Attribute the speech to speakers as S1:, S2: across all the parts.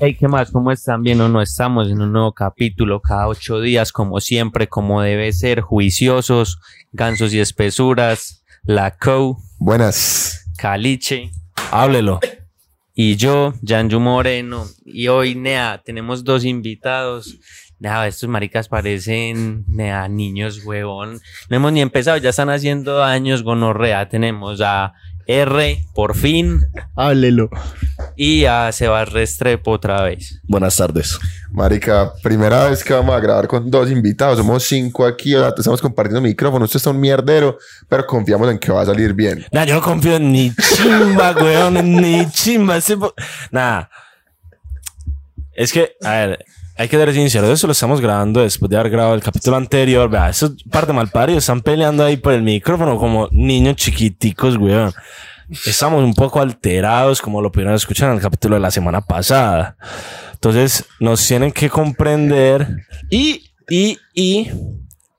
S1: Hey, ¿qué más? ¿Cómo están? Bien o no estamos en un nuevo capítulo cada ocho días, como siempre, como debe ser, juiciosos, gansos y espesuras, la co,
S2: Buenas.
S1: caliche
S3: Háblelo.
S1: y yo, Yanju Moreno. Y hoy, Nea, tenemos dos invitados. Nea, estos maricas parecen, Nea, niños, huevón. No hemos ni empezado, ya están haciendo daños, gonorrea. Tenemos a R, por fin,
S3: Háblelo.
S1: y a Sebas Restrepo otra vez.
S3: Buenas tardes.
S2: Marica, primera vez que vamos a grabar con dos invitados. Somos cinco aquí, o sea, estamos compartiendo micrófono. Usted es un mierdero, pero confiamos en que va a salir bien.
S3: Nah, yo no confío en ni chimba, weón, en ni chimba. Ese po- Nah. Es que, a ver, hay que ser sinceros. Eso lo estamos grabando después de haber grabado el capítulo anterior. Vea, eso parte mal parido. Están peleando ahí por el micrófono como niños chiquiticos, weón. Estamos un poco alterados, como lo pudieron escuchar en el capítulo de la semana pasada. Entonces, nos tienen que comprender. Y, y, y,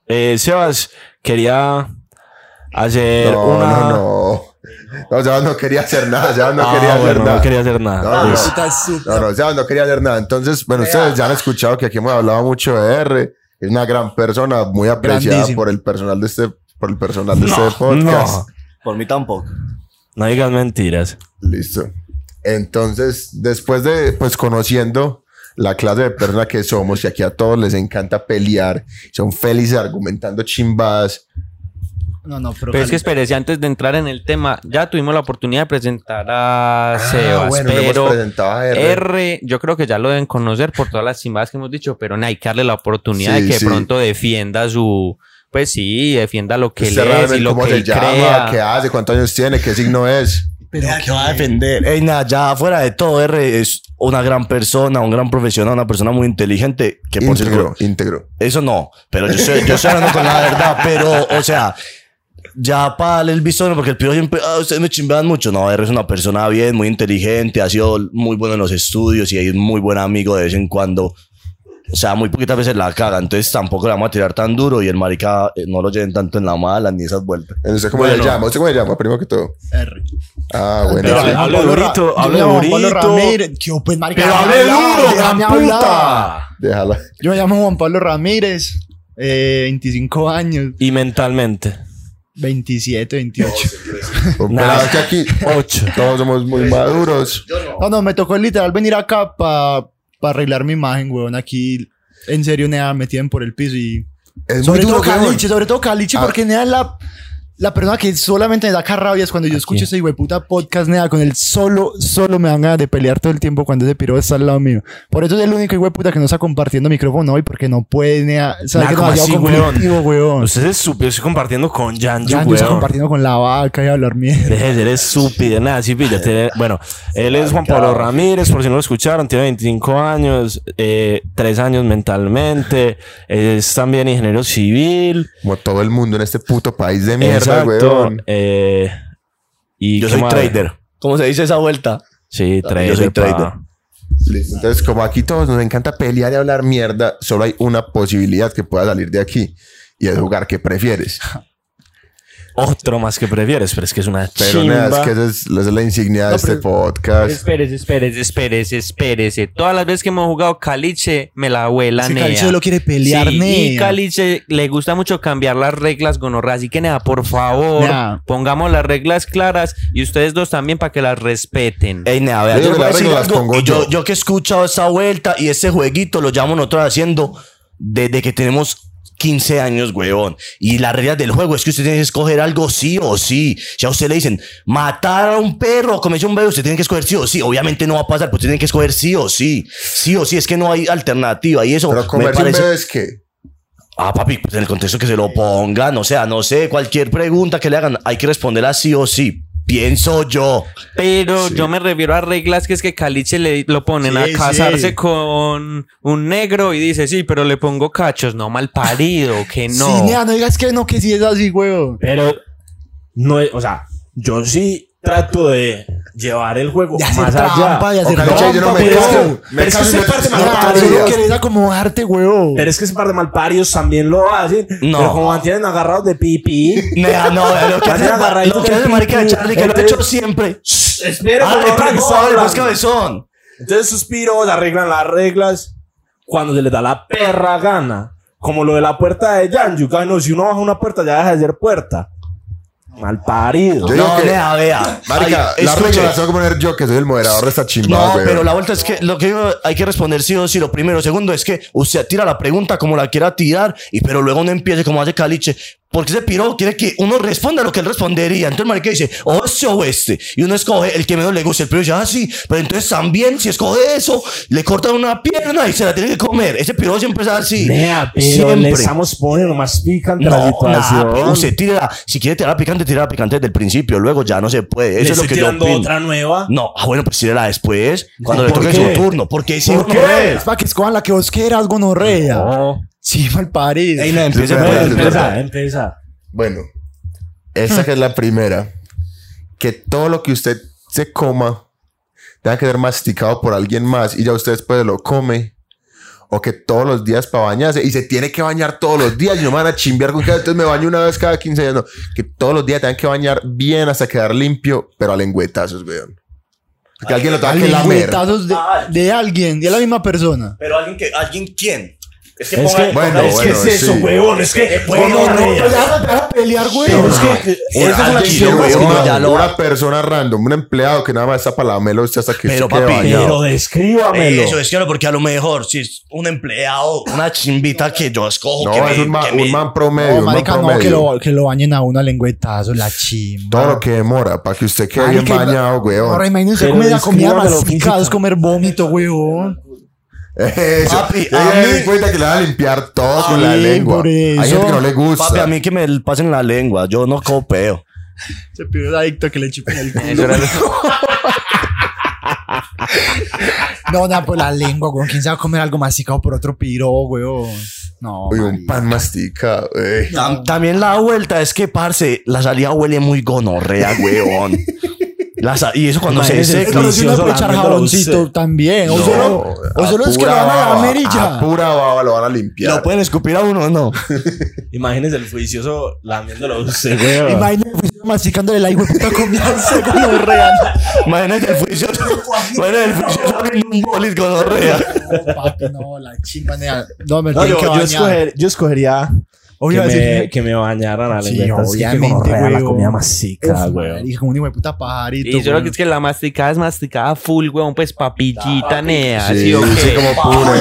S3: eh, Sebas, quería hacer
S2: No,
S3: una.
S2: no, no. No, ya no quería hacer nada, ya no
S3: Ah,
S2: quería hacer
S3: bueno,
S2: nada.
S3: No quería Ah, hacer nada.
S2: No, no.
S3: Listo.
S2: No, no, ya no quería hacer nada. Entonces, bueno, ustedes ya han escuchado que aquí hemos hablado mucho de R. Es una gran persona, muy apreciada
S4: Grandísimo.
S2: por el personal de este, por el personal de este podcast.
S3: no.
S4: Por mí tampoco.
S3: No digas mentiras.
S2: Listo. Entonces, después de, pues, conociendo la clase de persona que somos, y aquí a todos les encanta pelear, son felices argumentando chimbadas.
S4: No, no,
S1: Pero es que espérese, antes de entrar en el tema, ya tuvimos la oportunidad de presentar a Sebas,
S2: Ah, bueno, no
S1: Ah,
S2: hemos
S1: pero
S2: presentado a
S1: R.
S2: R.
S1: yo creo que ya lo deben conocer por todas las chimbadas que hemos dicho, pero no hay que darle la oportunidad
S2: Sí,
S1: de que
S2: sí.
S1: pronto defienda su, pues sí, defienda lo que
S2: Usted
S1: le es
S2: realmente
S1: y lo
S2: cómo
S1: que
S2: se
S1: él
S2: llama,
S1: crea.
S2: qué hace, cuántos años tiene, qué signo es.
S4: Pero
S5: Ya,
S4: que-
S5: que va a defender.
S6: Ey, nada, ya fuera de todo, R es una gran persona, un gran profesional, una persona muy inteligente, que por
S2: Íntegro,
S6: cierto,
S2: íntegro.
S6: eso no, pero yo sé, yo estoy hablando con la verdad, pero, o sea, ya para darle el visto, porque el pido siempre, ah, ustedes me chimbean mucho, no, R es una persona bien, muy inteligente, ha sido muy bueno en los estudios y es muy buen amigo de vez en cuando, o sea, muy poquitas veces la caga, entonces tampoco la vamos a tirar tan duro y el marica eh, no lo lleven tanto en la mala ni esas vueltas.
S2: Entonces, ¿cómo se llama? ¿Usted cómo se llama? Primero que todo.
S5: R.
S2: Ah, bueno.
S3: Pero
S2: sí.
S3: hable- hable
S5: Pablo Ra-
S3: durito,
S5: yo me
S3: hable
S5: llamo Juan Pablo
S3: durito.
S5: Ramírez. Yo, pues, marica, déjame hablar, déjame hablar.
S2: Déjala.
S5: Yo me llamo Juan Pablo Ramírez. eh, 25 años.
S3: Y mentalmente.
S5: 27, 28.
S2: Pero es que aquí
S3: Ocho.
S2: todos somos
S1: Pues,
S2: muy maduros.
S5: No, no, me tocó literal venir acá para arreglar mi imagen, weón. Aquí, en serio, nea, me tienen por el piso y...
S2: Es muy
S5: sobre
S2: duro,
S5: todo
S2: weón.
S5: Caliche, sobre todo Caliche,
S2: Ah.
S5: porque nea es la... La persona que solamente me da acá rabia es cuando yo escucho ese hueputa podcast, nea, con él solo, solo me dan ganas de pelear todo el tiempo cuando ese piro está al lado mío. Por eso es el único hueputa que no está compartiendo micrófono hoy, porque no puede, nea, sabe
S3: Nah,
S5: que es
S3: ¿cómo
S5: demasiado
S3: así, weón?
S5: conflictivo, weón.
S3: Usted es estúpido, estoy compartiendo con Janju,
S5: Ya no está
S3: weón.
S5: compartiendo con la vaca y hablar mierda.
S3: Deje de ser estúpido, nada, sí, píllate. Bueno, él es Juan Pablo Ramírez, por si no lo escucharon, tiene 25 años, eh, 3 años mentalmente, es también ingeniero civil.
S2: Como todo el mundo en este puto país de mierda,
S3: Exacto,
S2: weón.
S3: eh, y
S6: Yo
S3: qué
S6: soy
S3: más.
S6: trader. ¿Cómo se dice esa vuelta?
S3: Sí, trader.
S6: soy
S3: pa.
S6: trader.
S2: Listo. Entonces, como aquí todos nos encanta pelear y hablar mierda, solo hay una posibilidad que pueda salir de aquí y es jugar que prefieres.
S3: Otro más que prefieres, pero es que es una
S2: Pero
S3: chimba.
S2: nada, es que esa es, esa es la insignia de
S5: No,
S2: este
S5: pero-
S2: podcast.
S1: Espérese, espérese, espérese, espérese. Todas las veces que hemos jugado Caliche, me la abuela
S5: Ese
S1: Nea.
S5: Caliche lo quiere pelear,
S1: Sí, Y
S5: nea.
S1: Caliche le gusta mucho cambiar las reglas gonorra. Así que nada, por favor,
S5: Nea.
S1: pongamos las reglas claras y ustedes dos también para que las respeten.
S6: Ey, nada, vea,
S2: Yo
S6: yo,
S2: digo
S6: voy a
S2: que las
S6: decir
S2: reglas las
S6: algo.
S2: pongo
S6: yo,
S2: yo.
S6: yo que he escuchado esa vuelta y ese jueguito lo llamo nosotros haciendo desde que tenemos 15 años, huevón. Y la regla del juego es que usted tiene que escoger algo sí o sí. Si a usted le dicen matar a un perro, comerse un bebé, usted tiene que escoger sí o sí. Obviamente no va a pasar, pero usted tiene que escoger sí o sí. Sí o sí, es que no hay alternativa. Y eso
S2: Pero
S6: me
S2: comerse un
S6: parece.
S2: bebé es que
S6: Ah, papi, pues en el contexto que se lo pongan, o sea, no sé, cualquier pregunta que le hagan, hay que responderla sí o sí. Pienso yo.
S1: Pero
S2: Sí.
S1: yo me refiero a reglas que es que Caliche le lo ponen
S5: Sí,
S1: a
S5: sí.
S1: casarse con un negro y dice, sí, pero le pongo cachos, no mal parido, que no.
S5: Sí, nea, no digas que no, que sí es así, weón.
S3: Pero no, es- o sea, yo sí trato de llevar el juego
S5: De hacer
S3: más
S5: trampa, de
S3: allá.
S5: hacer
S2: Ojalá,
S5: trampa,
S2: yo no me
S5: pero-
S2: caso. Me
S3: pero es que
S2: caso
S3: usted
S2: en
S3: parte
S2: el-
S3: mal
S2: no,
S5: Ah,
S3: parido.
S2: todos los
S5: solo
S2: días.
S5: querés acomodarte, weón.
S3: Pero es que ese par de malparios también lo hacen.
S6: No.
S3: Pero como mantienen agarrados de pipí.
S6: Nea, no, vea, lo que hace,
S3: Marica,
S6: lo que hace
S3: tú,
S6: marica de
S3: tú,
S6: Charlie, que lo ha
S3: entonces-
S6: hecho siempre. Shh.
S3: Espera,
S6: Ah,
S3: por
S6: el
S3: favor,
S6: profesor, el
S3: hablan.
S6: más cabezón.
S3: Entonces sus piros arreglan las reglas cuando se les da la perra gana. Como lo de la puerta de Yanju. Ay, no, si uno baja una puerta, ya deja de ser puerta. Mal parido.
S2: Yo digo
S6: No,
S2: que-
S6: vea, vea.
S2: Marica,
S6: Ay,
S2: la
S6: escuche.
S2: regla la tengo que poner yo, que soy el moderador de esta chimba,
S6: No,
S2: güey.
S6: pero la vuelta es que lo que digo, hay que responder sí o sí. Lo primero. Segundo es que usted tira la pregunta como la quiera tirar, y pero luego no empiece como hace Caliche. Porque ese piro tiene que uno responda lo que él respondería. Entonces, marica dice, oeste o oeste. Y uno escoge el que menos le guste. El piro dice, ah, sí. Pero entonces también, si escoge eso, le cortan una pierna y se la tiene que comer. Ese piro siempre es así.
S3: Nea, pero le estamos poniendo más picante la
S6: No,
S3: situación.
S6: nada, pero usted tira, la- si quiere tirar la picante, tira la picante desde el principio, luego ya no se puede.
S3: Le
S6: Eso es
S3: estoy
S6: lo que yo
S3: tirando
S6: opino.
S3: otra nueva.
S6: No, ah, bueno, pues tírala después, cuando le
S3: ¿Por
S6: toque
S3: qué?
S6: su turno, porque si
S3: ¿Por
S6: uno
S3: qué?
S6: no es.
S5: Es para que escojan la que vos quieras, gonorrea. Sí, mal parido.
S6: Ey, no, empiece
S2: Sí,
S6: por
S2: pero-
S6: el-
S3: Empieza, empieza.
S2: Bueno, esta que es la primera. Que todo lo que usted se coma tenga que ser masticado por alguien más y ya usted después lo come. O que todos los días para bañarse y se tiene que bañar todos los días. Y no me van a chimbear con que "Ah, entonces me baño una vez cada 15 días. No, que todos los días tengan que bañar bien hasta quedar limpio, pero a lengüetazos, weón. Que alguien lo tenga que lamer.
S5: Alentazos de, de alguien, de la misma persona.
S6: Pero alguien que, alguien quién. Es que
S3: Es
S6: ponga-
S3: que-
S2: Bueno,
S3: es que
S2: bueno,
S3: es eso,
S2: sí.
S3: huevón. Es que, bueno,
S5: a pelear, güey.
S6: Una-
S3: esa es la
S6: alguien,
S2: Sí,
S3: chimba,
S6: güey,
S2: weón,
S6: uno ya lo-
S2: una persona random, un empleado que nada más está para lamerlo usted hasta que
S6: Pero,
S2: se quede
S6: papi,
S2: bañado.
S3: Pero descríbamelo.
S6: Eh, Eso es claro, porque a lo mejor si es un empleado, una chimbita que yo escojo.
S2: No,
S6: que me-
S2: es un, ma-
S6: que
S2: un
S6: me-
S2: man promedio.
S5: No,
S2: un man
S5: Oh, marica, no,
S2: promedio.
S5: que lo, que lo bañen a uno a lengüetazo, la chimba.
S2: Todo lo que demora para que usted quede bien
S5: Ah. Marica,
S2: bañado,
S5: Ahora
S2: weón.
S5: imagínense
S3: Pero
S5: comer la comida
S3: descríbamelo
S5: masticada, es
S3: físico.
S5: comer vómito, oh. weón.
S2: Eso.
S6: Papi,
S2: Ya
S6: a
S2: me
S6: mí-
S2: di cuenta que le va a limpiar todo con la
S5: Sí,
S2: lengua.
S5: por
S2: Hay
S5: eso.
S2: gente que no le gusta.
S6: Papi, a mí que me pasen la lengua, yo no copeo.
S5: Se pidió el adicto que le chupen el culo. No, no, pues la lengua, weón. ¿Quién se va a comer algo masticado por otro piro, weón? No,
S2: Uy, un
S5: marica.
S2: pan masticado, güey.
S6: Tam- también la vuelta es que, parce, la salida huele muy gonorrea, weón. La sa- y eso cuando se
S3: Imagínese
S5: Es
S6: seca.
S5: como si uno
S3: Delicioso,
S5: puede echar
S3: lamiéndolo
S5: jaboncito
S3: usted.
S5: también. O
S2: No,
S5: solo, o
S2: a
S5: solo es que lo
S2: pura
S5: van a
S2: baba,
S5: lamer y ya.
S2: A pura baba lo van a
S6: ¿Lo
S2: limpiar.
S6: pueden escupir a uno o no?
S3: Imagínese el juicioso lamiéndolo a usted, huevón.
S5: Imagínate pues, masticándole la hijo puta comida al seco gonorrea.
S6: Imagínate el juicio. Bueno, el juicio abriendo un bolis gonorrea.
S5: No, papi, no, la chimba nea. No, me
S3: No,
S5: tienen
S3: yo,
S5: que
S3: yo
S5: bañar.
S3: escoger- yo escogería que
S5: Obviamente.
S3: me, que me bañaran a la
S5: Sí,
S3: lengüeta, así que
S5: obviamente,
S3: gonorrea, la
S5: weón.
S3: comida masica,
S5: Uf,
S3: weón.
S5: marica, como un hijo de puta pajarito.
S1: Y yo creo
S5: weón.
S1: que es que la masticada es masticada full, weón, pues papillita, nea.
S2: Sí,
S1: ¿sí o
S2: sí,
S1: qué?
S2: como puré.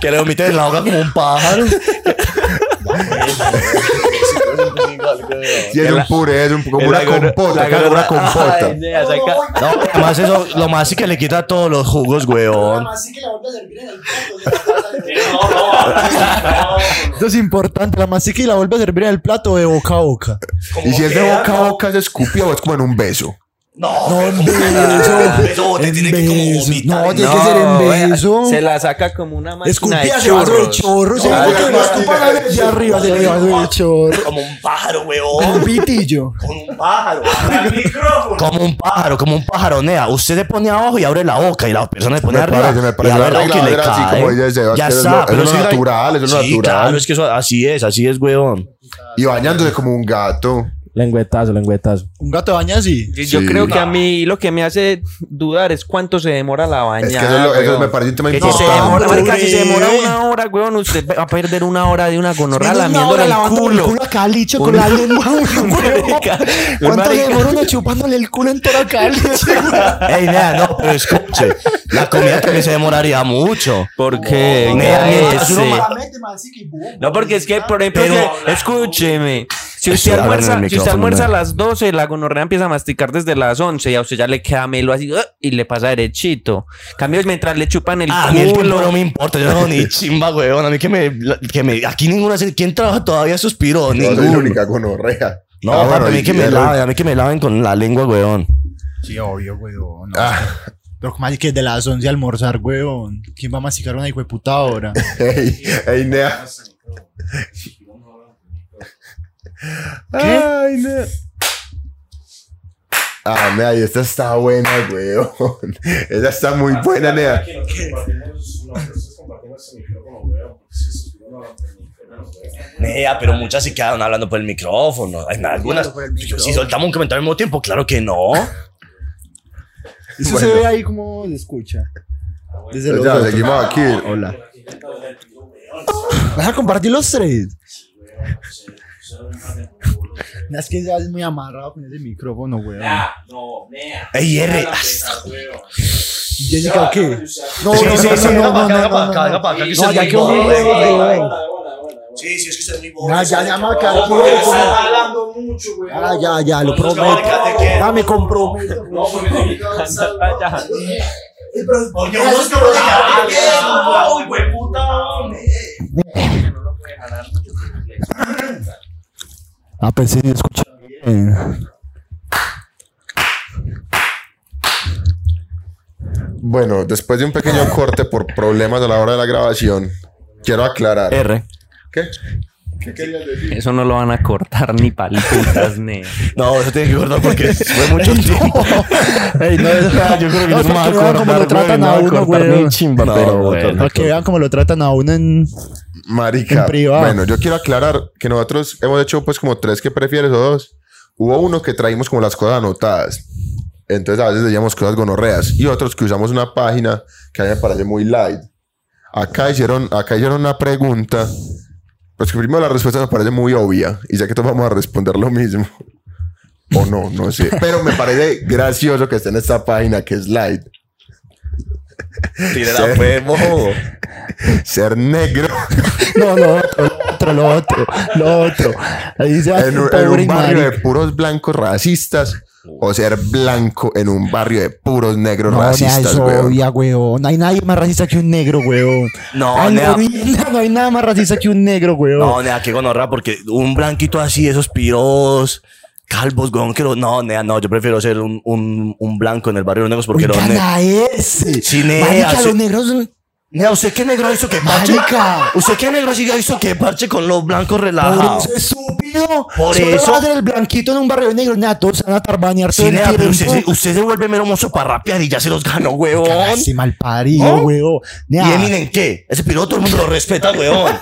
S6: Que le vomite en la boca como un pájaro.
S2: Sí, es un puré, es un, como una compota, acá como una compota.
S1: Ay, nea, saca-
S6: No, además eso, lo más sí que le quita todos los jugos, weón.
S5: Esto es importante. La mastica y la vuelve a servir en el plato de boca a boca.
S2: Y si es de boca a boca, se escupia o es como en un beso.
S6: No,
S5: No, en beso. En beso. No, tiene que ser
S1: vea,
S5: en beso.
S1: Se la saca como una máquina de
S5: Escupía, se va de
S1: churros.
S5: chorro. Se
S2: Ay,
S5: va que
S2: la
S5: lo
S2: mastica.
S5: escupan a de arriba. Se le va de chorro.
S6: Como un pájaro,
S5: Con
S6: weón.
S5: un pitillo.
S6: Como un pájaro. Como un pájaro, como un pájaro, nea. Usted se pone abajo y abre la boca y la persona se pone
S2: Me
S6: arriba.
S2: parece, me parece.
S6: y abre
S2: La
S6: la boca y le
S2: regla era así
S6: cae.
S2: como ella dice,
S6: ya
S2: que es
S6: está,
S2: lo- es
S6: pero
S2: lo
S6: sí hay-
S2: natural, es lo
S6: Sí,
S2: natural.
S6: Claro, es que eso, así es, así es, weón.
S2: Y bañándose como un gato.
S3: Lengüetazo, lengüetazo.
S5: Un gato baña así.
S1: Yo yo
S2: Sí.
S1: creo que a mí lo que me hace dudar es cuánto se demora la bañada.
S2: Es que eso, es lo- eso
S1: weón.
S2: me parece un tema
S1: Que si se
S2: importante.
S1: demora, marica, si se demora
S5: Uribe.
S1: una hora, weón, usted va a perder una hora de una gonorra
S5: Menos una
S1: lamiéndole
S5: hora
S1: el
S5: lavándole el
S1: culo.
S5: culo a Calicho con la lengua.
S1: Marica,
S5: ¿Cuánto
S1: marica.
S5: se demora uno chupándole el culo entero a Calicho?
S6: Ey, nea, no, pero escuche. La comida también se demoraría mucho.
S1: Porque
S6: Nea, mientras uno ma-
S1: No, porque es que, por ejemplo,
S6: Pero-
S1: que- escúcheme. Si usted,
S6: Estoy hablando
S1: almuerza,
S6: en el
S1: si usted
S6: micrófono,
S1: almuerza a
S6: ¿no?
S1: las 12, la gonorrea empieza a masticar desde las 11 y a usted ya le queda melo así ¡ah! y le pasa derechito. Cambios mientras le chupan el
S6: Ah, a mí el
S1: culo.
S6: tiempo no me importa, yo no hago ni chimba, weón. A mí que me, la- que me. Aquí ninguno hace. ¿Quién trabaja todavía suspiró?
S2: No, soy la
S6: Ninguno.
S2: única gonorrea.
S6: No,
S2: Ah,
S6: papi,
S2: bueno,
S6: a
S2: y-
S6: mí que
S2: y
S6: me
S2: el-
S6: laven, a mí que me laven con la lengua, weón.
S5: Sí, obvio, weón. No.
S2: Ah,
S5: Pero más que de las 11 a almorzar, weón. ¿Quién va a masticar una hijo de puta ahora?
S2: ey, ey, Nea. Ay, Nea. Ah, Nea, y esta está buena, weón. Esta está muy buena, Nea.
S6: Nea, pero muchas se quedaron hablando por el micrófono. Hay algunas. Si soltamos un comentario al mismo tiempo, claro que no.
S5: Eso se
S2: Bueno.
S5: ve ahí como se escucha.
S1: Pues
S5: Desde los
S2: Ya,
S5: otros.
S2: seguimos aquí.
S5: Hola. ¿Vas a compartir los tres? No, es que ya es muy amarrado con ese micrófono, weón.
S1: No, mea.
S6: Ey, R.
S5: Jessica, ¿o ¿qué? No,
S6: Sí,
S5: no,
S6: sí,
S5: no,
S6: sí,
S5: no, no,
S6: haga
S5: no,
S6: pa' acá,
S5: no,
S6: haga pa' acá,
S5: no,
S6: haga pa' acá,
S5: no. No, ya
S6: que usted es muy
S5: que
S6: bobo,
S5: hombre,
S6: güey.
S5: weón.
S6: Sí, sí, es que usted es muy
S5: Ya, ya, ya, Maca, aquí, weón. Ah, ya, ya, lo prometo. Ya me comprometo.
S6: Oye, vos que lo digas. Uy, güey, puta.
S5: Ah, pensé que escuché. bien.
S2: Bueno, después de un pequeño corte por problemas a la hora de la grabación, quiero aclarar.
S6: Eh,
S3: R.
S2: ¿Qué? ¿Qué querías decir?
S1: Eso no lo van a cortar ni palitas, nea.
S6: No, eso tiene que cortar porque fue mucho tiempo.
S5: Ey, no, es-
S3: Yo creo que
S5: No,
S3: yo no me voy a
S5: porque vean cómo lo
S3: cortar, güey,
S5: tratan
S3: no
S5: a
S3: voy a
S5: uno,
S3: cortar
S5: güey.
S3: ni chimba,
S6: No,
S3: pero
S6: no,
S3: bueno.
S5: Para que vean cómo lo tratan a uno en...
S2: Marica.
S5: En privado.
S2: Bueno, yo quiero aclarar que nosotros hemos hecho pues como tres que prefieres o dos. Hubo uno que traímos como las cosas anotadas. Entonces a veces decíamos cosas gonorreas y otros que usamos una página que a mí me parece muy light. Acá hicieron, acá hicieron una pregunta. Pues que primero la respuesta me parece muy obvia y ya que todos vamos a responder lo mismo. O no, no sé. Pero me parece gracioso que esté en esta página que es light.
S6: Tire
S2: Ser-
S6: mojo.
S2: Ser negro.
S5: No, lo otro, lo otro, lo otro, lo otro. Ahí dice, ah,
S2: en, un- en
S5: pobre
S2: un barrio
S5: marica.
S2: de puros blancos racistas o ser blanco en un barrio de puros negros
S5: No, nea,
S2: racistas,
S5: es
S2: weón.
S5: obvia, weón. No hay nadie más racista que un negro, weón.
S6: No,
S5: Ay,
S6: nea.
S5: no, no hay nada más racista que un negro, weón.
S6: No, nea, qué gonorra, porque un blanquito así, esos piros, calvos, gon, que lo- No, nea, no, yo prefiero ser un, un, un blanco en el barrio de los negros porque los
S5: Oigan
S6: negros.
S5: a ese.
S6: Sí, nea,
S5: Marica,
S6: sí.
S5: los negros son-
S6: Nea, ¿usted qué negro hizo que parche?
S5: Marica.
S6: ¿Usted qué negro sigue hizo que parche con los blancos
S5: Por
S6: relajados?
S5: eso es estúpido.
S6: Por
S5: Siempre
S6: eso-
S5: va a ser el blanquito en un barrio de negro. Nada, todos se van a tarbanear todo
S6: Sí,
S5: el
S6: nea, pero usted, se-
S5: tiempo.
S6: usted se vuelve mero mozo para rapear y ya se los ganó, huevón.
S5: Ese mal parido,
S6: ¿Oh?
S5: weón.
S6: ¿Y
S5: Nea,
S6: Eminem qué? Ese piro todo el mundo lo respeta, huevón.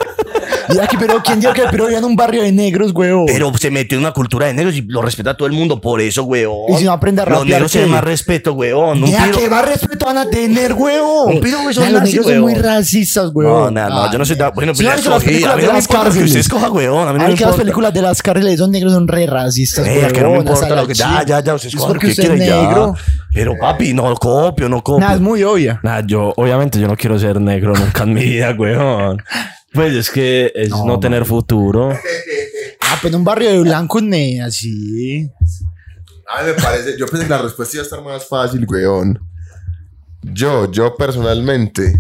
S5: mira que, pero ¿quién dijo que el piro vivía en un barrio de negros, weón?
S6: Pero se metió en una cultura de negros y lo respeta todo el mundo por eso, huevón.
S5: Y si no aprende a
S6: Los
S5: rapear,
S6: negros tienen
S5: ¿qué?
S6: más respeto, huevón. Un
S5: Mira,
S6: piro-
S5: que más respeto van a tener, huevón.
S6: Un piro, güey, son
S5: Mira, los
S6: nazis,
S5: negros son muy
S6: huevón.
S5: racistas,
S6: No,
S5: huevón.
S6: no,
S5: Ah,
S6: no, yo no soy tan. Bueno,
S5: Sí,
S6: pues ya
S5: ahorita las
S6: escogí. A mí
S5: películas
S6: no
S5: de
S6: me
S5: las
S6: importa lo que
S5: cárceles.
S6: usted escoja, huevón. A mí no me
S5: Ay, que las
S6: importa.
S5: películas de las cárceles son negros, son re racistas.
S6: Vea, que no me
S5: huevonas,
S6: importa
S5: a la
S6: lo que. Ya,
S5: chimba.
S6: ya, ya, usted
S5: Es
S6: escoja lo
S5: porque
S6: que
S5: usted es
S6: quiere, ya.
S5: negro.
S6: Pero papi, no copio, no
S5: Nada, es
S6: copio.
S5: muy obvia.
S3: Nah, yo, obviamente, yo no quiero ser negro nunca en mi vida, weón. Pues es que es no, tener futuro.
S5: Ah, pero en un barrio de blancos, ne, así.
S2: A mí me parece, yo pensé que la respuesta iba a estar más fácil, weón. Yo, yo personalmente.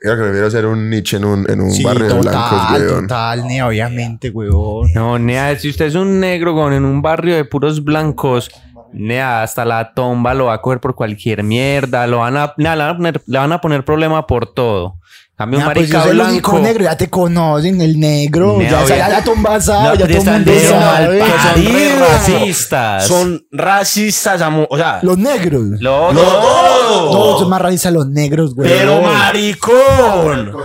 S2: Creo que prefiero ser un Nietzsche en un, en un
S5: Sí,
S2: barrio de blancos,
S5: total,
S2: weón.
S5: total, ne, obviamente, huevón.
S1: No, nea, si usted es un negro con en un barrio de puros blancos, nea, hasta la tumba lo va a coger por cualquier mierda, lo van a, nea, le, van a poner, le van a poner problema por todo. Cambio un
S5: Nah, pues
S1: marica
S5: yo soy el único
S1: blanco.
S5: negro, ya te conocen, el negro.
S1: Nea,
S5: ya, o sea,
S1: obvia-
S5: ya la tumba
S1: No,
S5: sabe, ya todo el
S1: están
S5: mundo
S1: de
S5: sabe.
S1: malparidos, son re
S3: parido.
S1: racistas.
S3: Son racistas, amo- o sea,
S5: Los negros.
S1: Los
S6: ¡No!
S1: dos.
S5: Todos son más racistas los negros, güey.
S3: Pero maricón.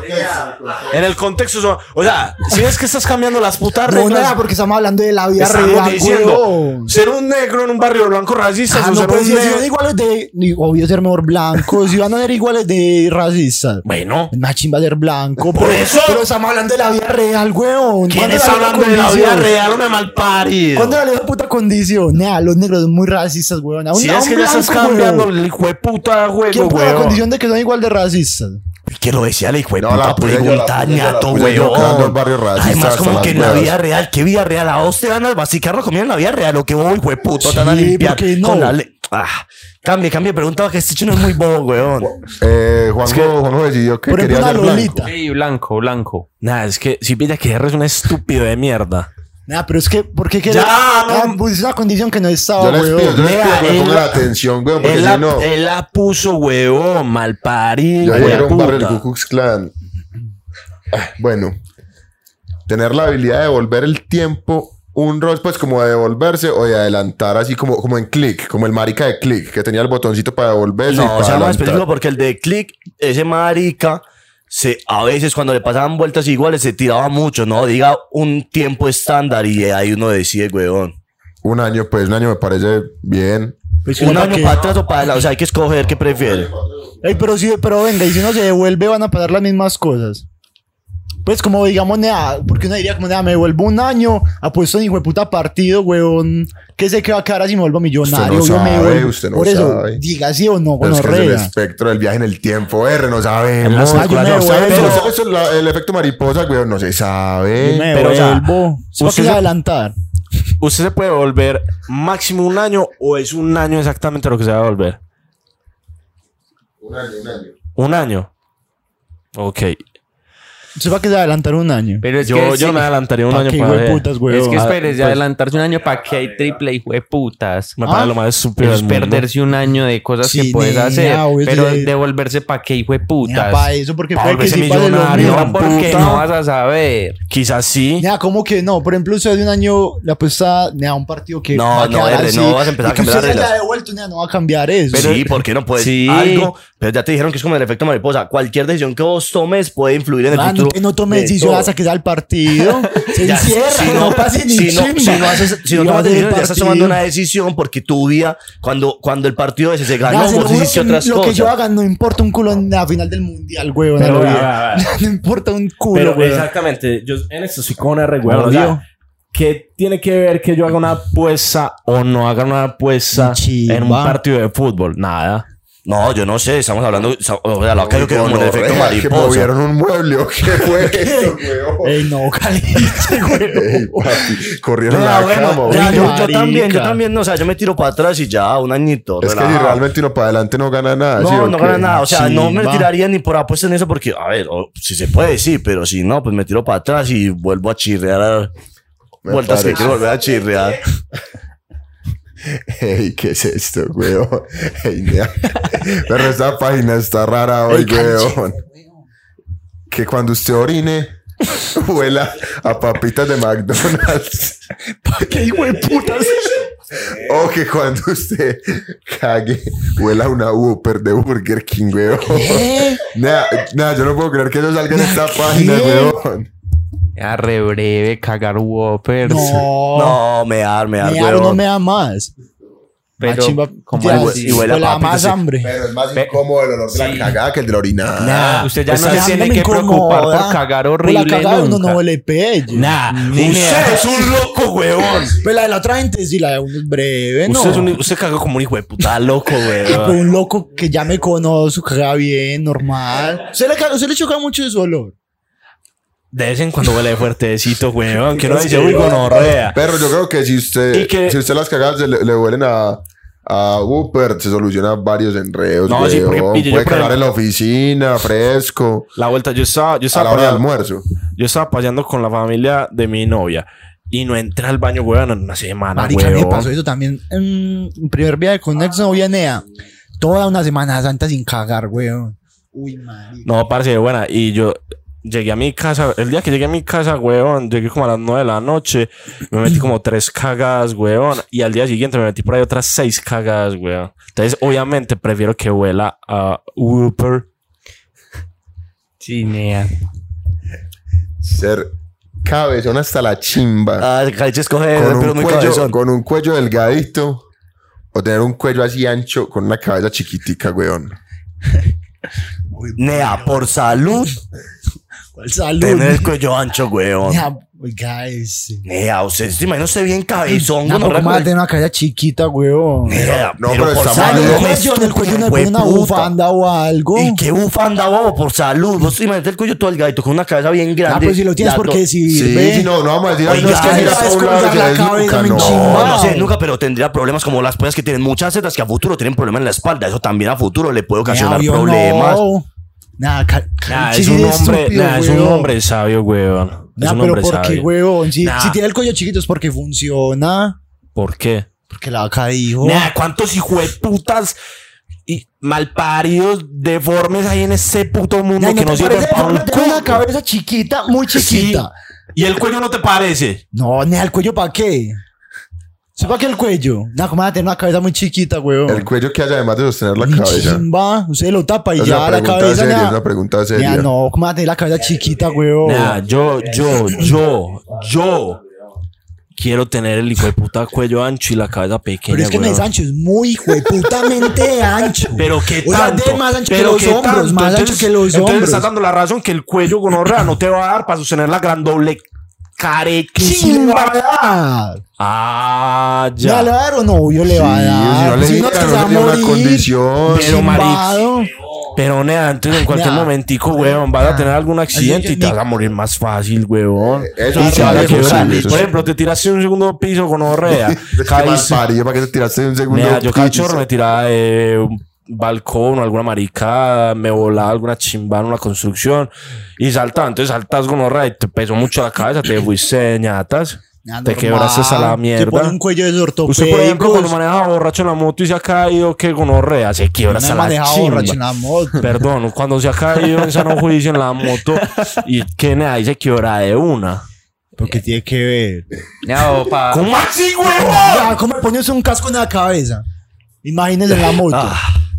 S3: En el contexto son, o sea, si es que estás cambiando las putas
S5: No,
S3: reglas,
S5: nada, porque estamos hablando de la vida
S3: estamos
S5: real,
S3: diciendo
S5: huevón.
S3: ser un negro en un barrio blanco racista
S5: Ah,
S3: o
S5: no,
S3: ser
S5: pues
S3: un
S5: si
S3: negro-
S5: son iguales de. ni- Obvio ser mejor blancos. Si van a ser iguales de racistas.
S3: Bueno,
S5: Es más chimba ser blanco.
S6: Por
S5: pero-
S6: eso.
S5: Pero estamos hablando de la vida real, weón.
S6: ¿Quién
S5: ¿Cuándo
S6: está
S5: la
S6: hablando de la vida
S5: condición?
S6: real? Una mal
S5: ¿Cuándo la misma puta condición? Nea, los negros son muy racistas, weón. A un-
S3: si
S5: a
S3: es
S5: un
S3: que ya estás
S5: blanco,
S3: cambiando
S5: weón.
S3: el hijo de puta juego,
S5: ¿Quién pone la
S3: weón.
S5: condición de que son igual de racistas?
S6: Que lo decía la hijo de
S2: No,
S6: puta
S2: la puse yo, la
S6: pregunta,
S2: puse yo, la
S6: ñato,
S2: puse yo,
S6: huevón.
S2: creando el barrio racista
S6: Además,
S2: hasta
S6: como
S2: las
S6: que en la
S2: huevas.
S6: vida real, ¿qué vida real? A vos te van a masticar la comida en la vida real, o que vos, hijo de puta, te van a
S5: Sí,
S6: limpiar.
S5: ¿por qué no?
S6: Con la le- ah, cambie, cambie, preguntaba que este chino es muy bobo, weón.
S2: Eh, Juanjo, Juanjo decidió que
S5: Por ejemplo,
S2: quería
S5: una
S2: ser blanco.
S5: Lolita.
S1: Ey, blanco, blanco.
S3: Nah, es que si pilla que R es un estúpido de mierda.
S5: Nea, pero es que, ¿por qué quieres?
S3: Ya,
S5: Ah,
S3: no.
S5: Pusiste una condición que no estaba,
S2: Yo les pido, yo
S5: weón.
S2: les
S3: Vea,
S2: pido que me
S3: él
S2: pongan
S3: la-
S2: atención, weón, porque
S3: Él la,
S2: si no,
S3: él la puso, huevón, mal parido,
S2: yo
S3: hijo de
S2: era un barrio del
S3: puta.
S2: Ku Klux Klan. Ah, Bueno, tener la habilidad de devolver el tiempo, un rol, pues como de devolverse o de adelantar, así como, como en click, como el marica de click, que tenía el botoncito para devolverse. y
S6: No, o
S2: para
S6: sea, más
S2: adelantar.
S6: específico porque el de click, ese marica, se, a veces cuando le pasaban vueltas iguales se tiraba mucho, ¿no? Diga un tiempo estándar y ahí uno decide, weón.
S2: Un año, pues un año me parece bien.
S5: Pues
S6: Un
S5: ¿para
S6: año
S5: qué?
S6: para atrás o para adelante. O sea, hay que escoger qué prefiere.
S5: Ey, pero, si, pero venga, y si uno se devuelve, van a pasar las mismas cosas. Pues como digamos, nea, porque uno diría como, nea, me devuelvo un año, apuesto en hijo de puta partido, weón, que sé que va a quedar si me vuelvo millonario.
S2: Usted no
S5: yo me
S2: sabe,
S5: devuelvo.
S2: usted no
S5: Por eso,
S2: sabe.
S5: diga sí o no,
S2: Pero
S5: con
S2: es que es el
S5: rea.
S2: espectro del viaje en el tiempo, R, no sabemos.
S5: Ah, yo me
S2: No sabemos.
S5: devuelvo.
S2: Eso- eso es la- el efecto mariposa, güey, no se sabe.
S5: Me
S3: Pero, o sea,
S5: devuelvo. ¿Por
S3: usted
S5: qué
S3: se-
S5: adelantar?
S3: ¿Usted se puede volver máximo un año o es un año exactamente lo que se va a volver? Un año. Ok.
S5: Se va a quedar adelantar un año.
S1: Pero es
S3: Yo,
S1: que
S3: yo
S1: sí.
S3: me adelantaría un
S5: Pa'
S3: año
S5: qué,
S3: para
S5: hijo de
S3: ver.
S5: putas, weón.
S1: Es que
S3: Ah,
S1: espérese,
S3: pues-
S1: adelantarse un año para que hay triple hijo de putas.
S3: Me parece
S5: Ah,
S3: lo más estúpido
S1: Eso
S3: del
S1: es
S3: mundo.
S1: perderse un año de cosas
S5: Sí,
S1: que puedes
S5: nea,
S1: hacer,
S5: obvio,
S1: pero
S5: sí.
S1: devolverse para qué hijo de
S5: Nea,
S1: putas.
S5: pa' eso, porque
S3: Pa'
S5: puede que
S3: volverse
S5: sí pase lo
S3: millonario,
S5: mismo.
S1: No, porque
S3: puta.
S1: no vas a saber.
S3: Quizás sí.
S5: Nea, ¿cómo que no? Por ejemplo, usted de un año la apuesta, nea, un partido que.
S6: No,
S5: va a
S6: no,
S5: quedar
S6: R,
S5: así,
S6: no, vas a
S5: y
S6: empezar a
S5: que
S6: cambiar
S5: usted se
S6: reglas.
S5: haya devuelto, nea, no va a cambiar eso.
S6: sí, ¿por qué no puedes?
S3: Sí.
S6: Algo. Pero ya te dijeron que es como el efecto mariposa. Cualquier decisión que vos tomes puede influir en el
S5: Ah, no,
S6: futuro.
S5: que no tome
S6: de
S5: decisión
S6: todo.
S5: hasta que sea el partido. Se
S6: Ya,
S5: encierra, no, pase ni
S6: si no,
S5: chimba.
S6: si no haces, si no
S5: Y va
S6: tomas
S5: del
S6: decisiones, ya estás
S5: partido.
S6: tomando una decisión porque tu vida, cuando, cuando el partido ese se
S5: Ya,
S6: ganó,
S5: se lo
S6: vos
S5: juro
S6: hiciste
S5: que
S6: otras
S5: Lo que
S6: cosas.
S5: yo haga no importa un culo en la final del mundial, weón.
S3: Pero,
S5: a lo
S3: vea,
S5: bien.
S3: vea, vea.
S5: No importa un culo,
S3: Pero
S5: weón.
S3: exactamente, yo en esto soy con R, güey.
S5: Lo
S3: o sea,
S5: odio.
S3: ¿Qué tiene que ver que yo haga una apuesta o no haga una apuesta
S5: Chimba.
S3: en un partido de fútbol? Nada.
S6: No, yo no sé, estamos hablando, o sea, lo que yo creo como el
S2: Gonorrea,
S6: efecto
S2: que
S6: mariposa.
S2: movieron un mueble o qué fue eso, weón.
S5: Ey, no, caliente,
S2: Ey,
S5: weón.
S2: papi, corrieron la cama,
S6: Bueno,
S2: weón.
S6: ya, yo, yo
S5: Marica.
S6: también, yo también, no, o sea, yo me tiro para atrás y ya, un añito.
S2: Es que si
S6: relajado.
S2: realmente uno para adelante no gana nada. ¿sí
S6: No,
S2: o
S6: no
S2: qué?
S6: gana nada. O sea, no me
S5: Chimba.
S6: tiraría ni por apuesta en eso porque, a ver, o- si se puede, sí, pero si no, pues me tiro para atrás y vuelvo a chirrear. a-
S2: Me
S6: Vueltas que
S2: parece.
S6: quiero volver a chirrear.
S2: Ey, ¿qué es esto, weón? Ey, nea. Pero esta página está rara hoy, weón. Que cuando usted orine, huela a papitas de McDonald's.
S5: Qué hijo de putas.
S2: O que cuando usted cague, huela a una Whopper de Burger King, weón.
S5: ¿Eh?
S2: Nea, nea, yo no puedo creer que eso salga en esta página, weón.
S1: Arre breve, cagar Whoppers.
S5: No.
S6: No, me dar, me
S5: Oh. Me da o
S6: dar,
S5: no me da más.
S1: pero
S5: Ah, chimba,
S1: como
S5: ya,
S1: así.
S6: y huele a
S5: huele a
S6: papi, pues
S5: más
S6: sí.
S5: hambre.
S2: Pero es más incómodo el olor de la cagada que el de la orina.
S1: Nah, Ah, usted ya
S5: Pues
S1: no se
S5: a mí
S1: tiene
S5: me
S1: que
S5: incomoda.
S1: preocupar por cagar horrible
S5: Por la cagada uno
S1: nunca.
S5: no huele pello.
S3: Nah,
S6: Usted es un loco, huevón.
S5: Pues la de la otra gente sí, la de uno es breve, ¿no?
S3: Usted, es un, usted cagó como un hijo de puta loco,
S5: Tipo,
S3: güey.
S5: un loco que ya me conozco, caga bien, normal. Se le, ca- se le choca mucho de su olor.
S3: De vez en cuando huele fuertecito, güey. Que no dice, uy, gonorrea.
S2: Pero yo creo que si usted,
S3: Y que-
S2: si usted las cagadas se le, le huelen a, a Whooper, se soluciona varios enredos.
S3: No, sí, porque
S2: weón.
S3: pille, yo
S2: puede
S3: por
S2: cagar
S3: ejemplo-
S2: en la oficina, fresco,
S3: La vuelta, yo estaba, yo
S2: a
S3: estaba
S2: la hora del
S3: parado-
S2: almuerzo.
S3: Yo estaba paseando con la familia de mi novia y no entré al baño, weón, en una semana,
S5: Marica, me
S3: weón.
S5: pasó eso también. En primer viaje con una exnovia Nea. Toda una semana santa sin cagar, weón. Uy, marica.
S3: No, parce, buena. Y yo llegué a mi casa, el día que llegué a mi casa, weón, llegué como a las 9 de la noche, me metí como tres cagadas, weón, y al día siguiente me metí por ahí otras seis cagadas, weón. Entonces, obviamente, prefiero que huela a Whooper.
S1: Sí, nea.
S2: Ser cabezón hasta la chimba.
S6: Ah, Caliche escoge,
S2: con,
S6: pero
S2: un
S6: muy
S2: cuello,
S6: cabezón.
S2: con un cuello delgadito. O tener un cuello así ancho con una cabeza chiquitica, weón.
S6: Nea, por salud,
S5: ¿Cuál salud?
S6: tener el cuello ancho, huevón.
S5: Nea, oiga, ese.
S6: Nea, usted se imagina usted bien cabezón,
S5: No,
S6: gonorrea,
S5: ¿cómo va a
S6: con el-
S5: tener una cara chiquita, weón?
S6: Nea,
S2: No, pero
S6: por
S2: está mal,
S5: Ah,
S2: Ay,
S5: en
S6: salud.
S5: el
S2: no,
S5: cuello, en el cuello me pone una
S6: Hueputa.
S5: bufanda o algo.
S6: Y qué bufanda, bobo, por salud. Vos te imaginas el cuello todo delgadito con una cabeza bien grande.
S5: Ah, pero si lo tienes,
S6: La to-
S5: porque si
S2: Sí, sí, no, no vamos a decir. ay, no,
S6: Oiga,
S2: que
S6: esa
S2: mira
S5: es
S2: pa' un
S5: colgar
S2: lado, que
S5: la
S2: es
S5: cabeza,
S2: nuca,
S5: me
S2: no.
S5: enchimba.
S6: No, no sé, nunca, pero tendría problemas como las personas que tienen muchas setas que a futuro tienen problemas en la espalda. Eso también a futuro le puede ocasionar problemas.
S5: Nada,
S3: Nah, es un hombre, nah, es un hombre sabio, weón. Es
S5: Nah,
S3: un
S5: pero
S3: hombre
S5: ¿por qué,
S3: sabio.
S5: weón? Si,
S3: Nah.
S5: si tiene el cuello chiquito es porque funciona.
S3: ¿Por qué?
S5: Porque la vaca dijo.
S3: Nah, ¿cuántos hijueputas y malparidos deformes hay en ese puto mundo
S5: Nah,
S3: que
S5: te
S3: no sirven
S5: parece?
S3: para un
S5: No, tiene una
S3: culo?
S5: cabeza chiquita, muy chiquita.
S3: ¿Y el cuello no te parece?
S5: No, nea, ¿el cuello para qué? ¿Se para qué el cuello? Nah, ¿cómo va a tener una cabeza muy chiquita, weón?
S2: El cuello que haya además de sostener la
S5: Ni
S2: cabeza.
S5: chimba, usted lo tapa y
S2: Es
S5: ya
S2: una
S5: la
S2: pregunta
S5: cabeza.
S2: seria,
S5: nea.
S2: es una pregunta
S5: Nea,
S2: seria.
S5: no, ¿cómo va Oh. a tener la cabeza chiquita, weón?
S3: Nah, yo, yo, yo, yo quiero tener el hijo de puta cuello ancho y la cabeza pequeña.
S5: Pero es que no es
S3: weón.
S5: ancho, es muy putamente ancho.
S3: Pero qué
S5: O sea,
S3: tanto.
S5: de más ancho
S3: pero qué
S5: que los hombros,
S3: tanto.
S5: más
S3: Entonces-
S5: ancho que los
S3: entonces
S5: hombros.
S3: estás dando la razón que el cuello gonorrea no te va a dar para sostener la gran doble carechimba.
S5: Ah,
S3: Ah,
S5: ¿Ya le
S3: ya.
S5: va a dar o no? Obvio le va a
S2: Sí,
S5: dar.
S2: si no le
S5: Si no,
S2: dieran,
S5: es que
S2: no
S5: se va a
S2: tenía una
S5: morir.
S2: condición.
S3: Pero, marica,
S5: Chimbado.
S3: Pero nea, entonces en cualquier
S5: nea. Ah.
S3: momentico, weón, vas a tener algún accidente y te vas a morir más fácil, weón.
S2: Eh, Eso
S3: Y
S2: sí,
S3: te vas a
S2: eso sí,
S3: quebrar.
S2: eso sí.
S3: Por ejemplo, te tiraste un segundo piso gonorrea.
S2: Qué mal
S3: caíste-
S2: parido, para que te tiraste un segundo.
S3: Mira, yo
S2: piso.
S3: cachorro me tiraba de un balcón o alguna marica, me volaba alguna chimba en una construcción y saltaba. Entonces saltas con horra y te pesó mucho la cabeza, te fuiste ñatas,
S5: Nada
S3: te
S5: Ah, normal.
S3: quebraste a la
S5: Te pone
S3: mierda.
S5: un cuello de
S3: Usted, por ejemplo, cuando
S5: ortopédicos.
S3: manejaba borracho en la moto y se ha caído, que gonorrea, se quiebra
S5: No
S3: hasta la
S5: manejaba
S3: chimba.
S5: borracho en la moto.
S3: Perdón, cuando se ha caído en sano juicio en la moto y que nada, y se quiebra de una.
S5: Porque tiene que ver.
S1: No, pa-
S3: ¿Cómo así, huevón?
S5: Ya, ¿cómo pones un casco en la cabeza? Imagínense en
S3: Ah,
S5: la moto.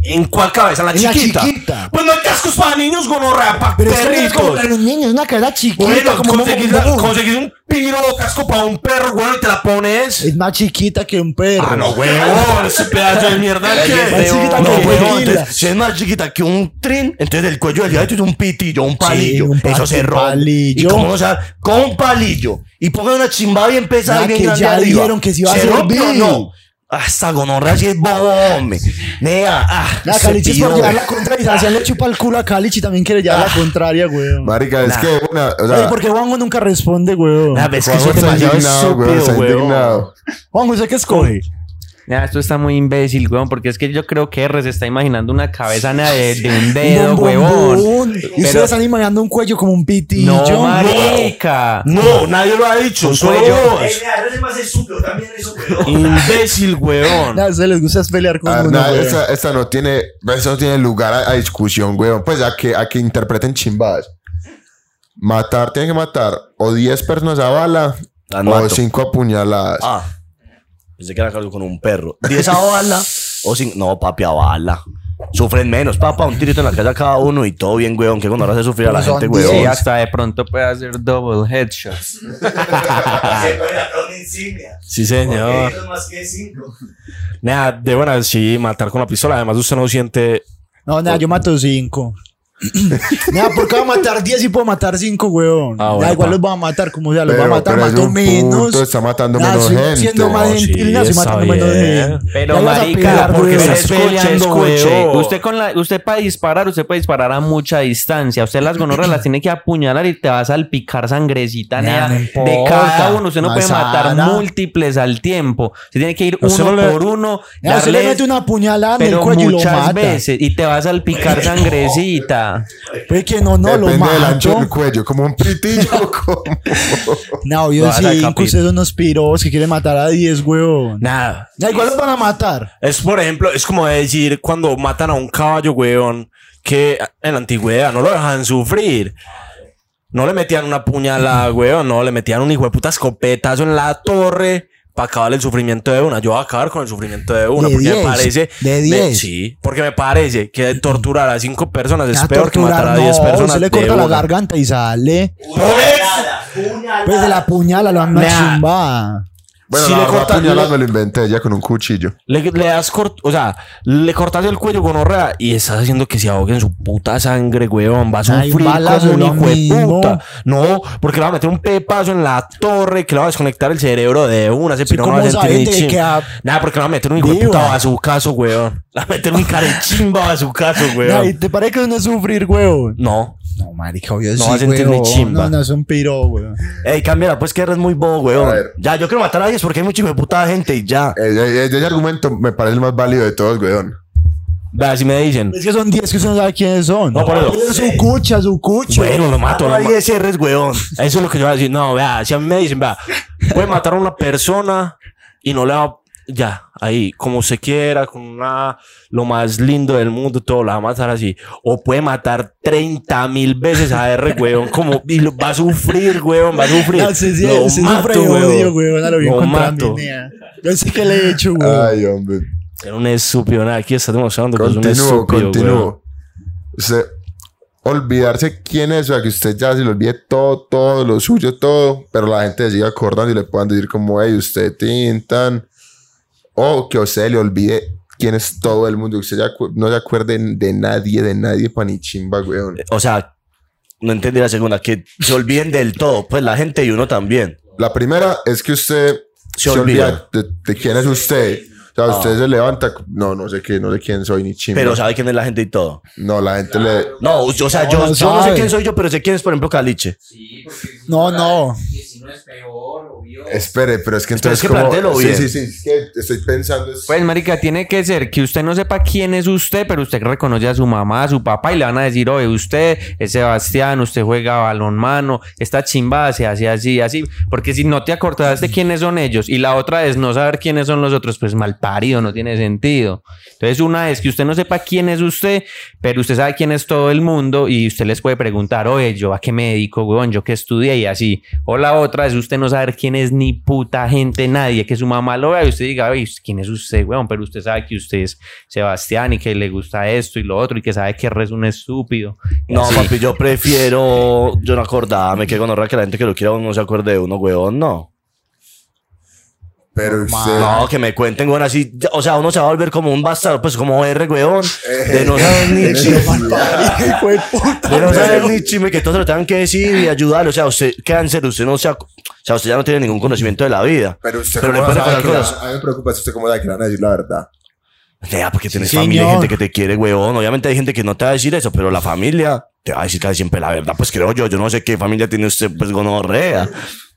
S3: ¿En cuál cabeza? ¿En la
S5: En la
S3: chiquita?
S5: chiquita.
S3: Pues no hay cascos para niños, gonorrea, para
S5: Pero es que no es como para los niños, una cara chiquita.
S3: Bueno,
S5: como
S3: conseguís,
S5: como-
S3: la- conseguís un piro casco para un perro, güey, y te la pones.
S5: Es más chiquita que un perro.
S3: Ah, no, huevón, ese pedazo de mierda
S5: Más
S3: que.
S5: chiquita
S6: No,
S5: que un
S6: huevón, entonces,
S5: gorila.
S6: si es más chiquita que un trin, entonces el cuello del diablo es un pitillo, un palillo.
S5: un
S6: eso
S5: pati-
S6: se
S5: un
S6: rompe.
S5: palillo.
S6: Y como no sabe, con un palillo. Y pongan una chimba bien pesada
S5: Ya
S6: y bien
S5: que
S6: grande
S5: ya
S6: arriba.
S5: dijeron que sí iba a
S6: ¿Se rompe
S5: servir.
S6: o no? Hasta gonorrea si es bobo, hombre. Nea, ah,
S5: La
S6: ese
S5: Caliche es por
S6: piro.
S5: llevar la contraria. Sebastián le chupa el culo a Caliche y también quiere llevar
S2: Ah.
S5: la contraria, weón.
S2: Marica, es que una. O sea,
S5: Oye, porque Juanjo nunca responde, weón.
S3: Ah, ves que
S2: Juanjo
S3: eso es
S2: está
S3: demasiado
S2: indignado, güey,
S3: estúpido,
S2: está
S3: huevón.
S2: indignado.
S5: Juanjo, ¿usted qué escoge?
S1: Nah, esto está muy imbécil, weón, porque es que yo creo que R se está imaginando una cabeza nea, de, de un dedo,
S5: Un bombón.
S1: huevón.
S5: Y ustedes
S1: Pero-
S5: están imaginando un cuello como un pitillo.
S1: No, marica.
S3: No, nadie lo ha dicho, solo
S1: cuello.
S3: vos. Imbécil, huevón.
S5: Nada, a ustedes les gusta es pelear con
S2: Ah,
S5: uno,
S2: nah,
S5: weón.
S2: esta, esta no tiene, eso no tiene lugar a, a discusión, weón. Pues a que, a que interpreten chimbadas. Matar, tienen que matar o 10 personas a bala
S6: Las
S2: o
S6: mato.
S2: 5 apuñaladas.
S6: Ah, pensé que era algo con un perro. ¿Diez a bala? O sin... No, papi, a bala. Sufren menos, papá, un tirito en la casa cada uno y todo bien, weón. Que gonorrea hace sufrir a la
S5: Pero son
S6: gente,
S5: diez.
S6: weón.
S1: Sí, hasta de pronto puede hacer double headshots.
S3: Sí, señor. Nada, de buena, sí, matar con la pistola. Además, usted no siente.
S5: No, nada, yo mato cinco. nada, porque voy a matar diez y puedo matar cinco, weón.
S3: Ah, bueno,
S5: da igual
S3: pa.
S5: los voy a matar, como sea, los voy a
S2: Pero-
S5: matar,
S2: pero es
S5: mato
S2: un
S5: menos.
S2: punto, está matando
S5: Nah,
S2: menos
S5: soy-
S2: gente.
S5: Siendo más
S3: No,
S5: gentil,
S3: sí,
S5: nada, estoy
S3: está
S5: matando menos
S3: bien.
S5: gente.
S1: Pero
S5: Ya vas a
S1: marica,
S5: pelear,
S1: porque
S5: weón.
S1: se
S3: estás peleando, huevón.
S1: Usted con la, usted para disparar, usted puede disparar a mucha distancia. Usted las gonorras las tiene que apuñalar y te va a salpicar sangrecita nea,
S5: Ya, no
S1: de
S5: importa.
S1: cada uno. Usted no puede matar
S5: Masada.
S1: múltiples al tiempo. Usted tiene que ir
S3: No,
S1: uno
S3: solo le-
S1: por uno,
S5: Nada, usted le
S1: darle
S5: mete una puñalada en el
S1: pero
S5: cuello y lo
S1: muchas
S5: mata.
S1: veces y te va a salpicar sangrecita.
S5: Pues que no, no, lo
S2: Depende del ancho
S5: mato.
S2: del cuello, como un pitillo. como-
S5: No, yo
S3: Lo vas a
S5: sí,
S3: capir.
S5: que ustedes son unos piros que quieren matar a 10, weón.
S3: Nada.
S5: Da igual los van a matar.
S3: Es, por ejemplo, es como decir cuando matan a un caballo, weón, que en la antigüedad no lo dejaban sufrir. No le metían una puñalada, weón, no, le metían un hijo de puta escopetazo en la torre para acabar el sufrimiento de una. Yo voy a acabar con el sufrimiento de una,
S5: De
S3: porque me
S5: 10,
S3: parece.
S5: de 10.
S3: sí, porque me parece que torturar a cinco personas es
S5: Ah,
S3: peor que matar a
S5: torturar,
S3: diez
S5: no,
S3: personas.
S5: Se le
S3: de
S5: corta la
S3: una.
S5: garganta y sale.
S3: Por eso,
S5: Pues de la puñala lo van a
S3: Nah.
S5: chimba.
S2: Bueno,
S3: Si
S2: la
S3: le
S2: verdad,
S3: cortan-
S2: apuñalas me lo inventé ya con un cuchillo.
S3: Le, le das cort, o sea, le cortas el cuello con horrea y estás haciendo que se ahogue en su puta sangre, weón. Va a
S5: Ay, un
S3: sufrir
S5: balazo,
S3: como
S5: lo
S3: un hijo de
S5: mismo.
S3: puta. No, porque le va a meter un pepazo en la torre que le va a desconectar el cerebro de una. Ese piro no
S5: como
S3: va a
S5: esa
S3: sentir ni
S5: gente que
S3: chim-
S5: queda
S3: Nada, porque le va a meter un hijo de
S5: viva.
S3: puta a su caso, weón. Le va a meter un carechimba a su caso,
S5: Nah, ¿y
S3: weón.
S5: ¿Te parece que uno es sufrir, weón?
S3: No.
S5: No, marica, obvio
S3: No va a sentir ni chimba.
S5: No, no, es un piro, weón.
S6: Ey, cámbiala, pues que eres muy bobo,
S2: A
S6: weón.
S2: ver.
S6: Ya, yo quiero matar a 10 porque hay mucho hijo de puta gente y ya.
S2: Eh, eh, ese argumento me parece el más válido de todos, weón.
S3: Vea, si me dicen.
S5: Es que son 10 que usted no sabe quiénes son.
S3: No, por eso.
S5: Su cucha, su cucha.
S3: Bueno, lo mato, lo
S6: a
S3: mato.
S6: 10 eres, weón.
S3: Eso es lo que yo voy a decir. No, vea, si a mí me dicen, vea, puede matar a una persona y no le va. Ya, ahí, como se quiera, con una, lo más lindo del mundo, todo la va a matar así. O puede matar 30 mil veces a R, weón, como, y lo- va a sufrir, weón, va a sufrir.
S5: No, se, se,
S3: Lo
S5: se
S3: mato,
S5: sufre de odio,
S3: weón.
S5: weón. A lo bien
S3: Lo
S5: contra
S3: mato. Ah,
S5: mí, nea. Yo sé que le he hecho,
S6: Uh.
S5: weón.
S2: Ay, hombre.
S6: Pues
S3: Era un estúpido, nada, aquí está demostrando que es un
S2: Continúo,
S3: estúpido, weón.
S2: continúo. Usted, olvidarse quién es, o sea, que usted ya se le olvide todo, todo, lo suyo, todo, pero la gente se siga acordando y le puedan decir como, hey, usted tintan, o que a usted le olvide quién es todo el mundo, que usted ya acu- no se acuerde de nadie, de nadie, pa' ni chimba, weón.
S6: Eh, O sea, no entendí la segunda, que se olviden del todo, pues la gente y uno también.
S2: La primera es que usted se,
S6: Se olvida.
S2: olvida de, de quién es usted. O sea, usted se levanta, no, no sé qué, no sé quién soy ni chimba.
S6: Ah. Pero sabe quién es la gente y todo.
S2: no, la gente le...
S6: No, yo- o sea, yo,
S5: no
S6: yo no sé
S5: sabe.
S6: quién soy yo, pero sé quién es, por ejemplo, Caliche.
S5: No, no.
S1: Si no es peor, obvio.
S2: Espere, pero es que entonces
S6: Espere, es que
S2: como-
S6: plantéelo
S2: Sí,
S6: bien.
S2: sí, sí, es que estoy pensando... es-
S1: Pues, marica, tiene que ser que usted no sepa quién es usted, pero usted reconoce a su mamá, a su papá y le van a decir, oye, usted es Sebastián, usted juega balonmano, esta chimbada se hace así, así. Porque si no te acordás de quiénes son ellos y la otra es no saber quiénes son los otros, pues mal parido, no tiene sentido. Entonces, una es que usted no sepa quién es usted, pero usted sabe quién es todo el mundo y usted les puede preguntar, oye, yo a qué me dedico, weón, yo qué estudié y así. O la otra es usted no saber quién es ni puta gente, nadie, que su mamá lo vea y usted diga, oye, ¿quién es usted, weón? Pero usted sabe que usted es Sebastián y que le gusta esto y lo otro y que sabe que es un estúpido. Y
S6: No,
S1: así.
S6: papi, yo prefiero. Yo no acordarme que gonorrea que la gente que lo quiera uno no se acuerde de uno, weón, no.
S2: Pero usted...
S6: No, que me cuenten, weón, así. ya- O sea, uno se va a volver como un bastardo, pues como R, weón. De no saber ni
S2: Eh.
S6: De no saber ni chisme, que todos lo tengan que decir y ayudar. O sea, usted, cáncer, usted no se acu- O sea, usted ya no tiene ningún conocimiento de la vida.
S2: Pero usted
S6: Pero le
S2: cómo
S6: puede
S2: sabe
S6: pasar
S2: que la-
S6: cosas.
S2: A mí me preocupa es usted cómo sabe que le van a decir la verdad.
S6: Ya, porque tienes familia y
S5: señor.
S6: gente que te quiere, weón. Obviamente hay gente que no te va a decir eso, pero la familia te va a decir casi siempre la verdad. Pues creo yo, yo no sé qué familia tiene usted, pues gonorrea.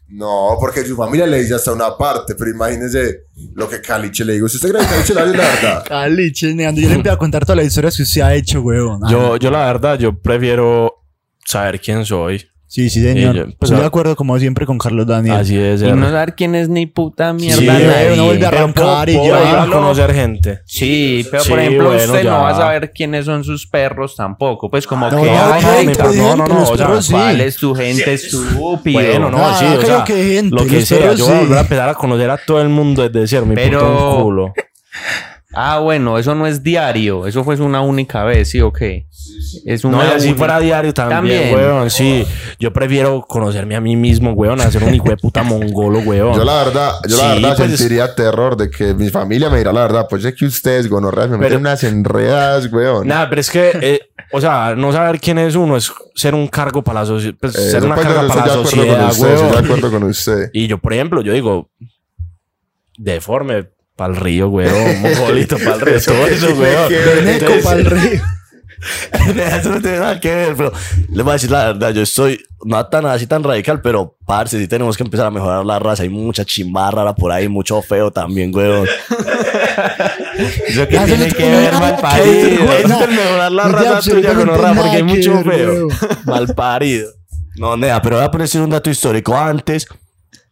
S2: No, porque su familia le dice hasta una parte, pero imagínese lo que Caliche le digo. Si usted cree que Caliche le dice la verdad,
S5: Cali, chineando. Yo le voy a contar todas las historias que usted ha hecho, weón. Ah,
S3: Yo, yo la verdad, yo prefiero saber quién soy.
S5: Sí, sí, señor.
S3: Y yo, pues,
S5: Estoy
S3: ah.
S5: de acuerdo, como siempre, con Carlos Daniel.
S3: Así es.
S1: Y
S3: R.
S1: no saber quién es ni puta mierda.
S3: Sí,
S1: nadie.
S5: uno vuelve a
S3: Pero
S5: arrancar y
S3: puedo
S5: ya.
S3: ir a conocer gente.
S1: Sí, pero
S3: Sí,
S1: por ejemplo,
S3: bueno,
S1: usted
S3: ya. Ah,
S1: no va a saber quiénes son sus perros tampoco. Pues como
S5: No,
S1: que,
S5: no,
S1: ay,
S5: no,
S1: marica,
S5: pues,
S3: no, no,
S5: gente,
S3: no,
S5: los
S3: o sea,
S5: perros sí.
S1: ¿cuál es tu gente estúpido?
S3: Bueno, no,
S5: Ah,
S3: sí, o
S5: creo
S3: sea,
S5: que gente,
S3: lo que
S5: los
S3: sea,
S5: perros
S3: yo voy a
S5: sí.
S3: volver a empezar a conocer a todo el mundo desde cero, mi
S1: Pero-
S3: puto culo.
S1: Ah, bueno, eso no es diario. Eso fue una única vez, ¿sí o qué? Es una
S3: No, y así
S1: única-
S3: fuera diario también,
S1: También.
S3: weón, sí. Yo prefiero conocerme a mí mismo, weón, a ser un hijo de puta mongolo, weón.
S2: yo la verdad, yo la
S3: Sí,
S2: verdad
S3: pues,
S2: sentiría terror de que mi familia me dirá la verdad. Pues es que ustedes, gonorreas, me meten unas enredadas, weón.
S3: Nada, pero es que, eh, o sea, no saber quién es uno es ser un cargo para la sociedad,
S2: Eh,
S3: ser una
S2: pues,
S3: carga
S2: yo
S3: para
S2: estoy de
S3: la
S2: acuerdo
S3: sociedad,
S2: con usted, estoy de
S3: weón.
S2: acuerdo con usted.
S3: Y yo, por ejemplo, yo digo, deforme para el río, weón, mongolito para el río, todo eso, weón.
S5: Veneco pa'l río.
S6: Eso no tiene nada que ver, pero les voy a decir la verdad, yo estoy no tan así tan radical, pero parce, sí tenemos que empezar a mejorar la raza. Hay mucha chimba rara por ahí, mucho feo también, weón.
S1: Eso que
S5: Ya se
S1: tiene
S5: le-
S1: que
S5: no,
S1: ver
S5: no,
S1: mal
S5: que-
S1: parido.
S5: güey,
S6: Eso
S5: no.
S6: es mejorar la
S5: No tiene
S6: raza tuya
S5: absolutamente
S6: con honra, porque hay
S5: nada que
S6: mucho
S5: ver,
S6: feo.
S5: weón.
S6: Mal parido. No, nea, pero voy a poner un dato histórico. Antes,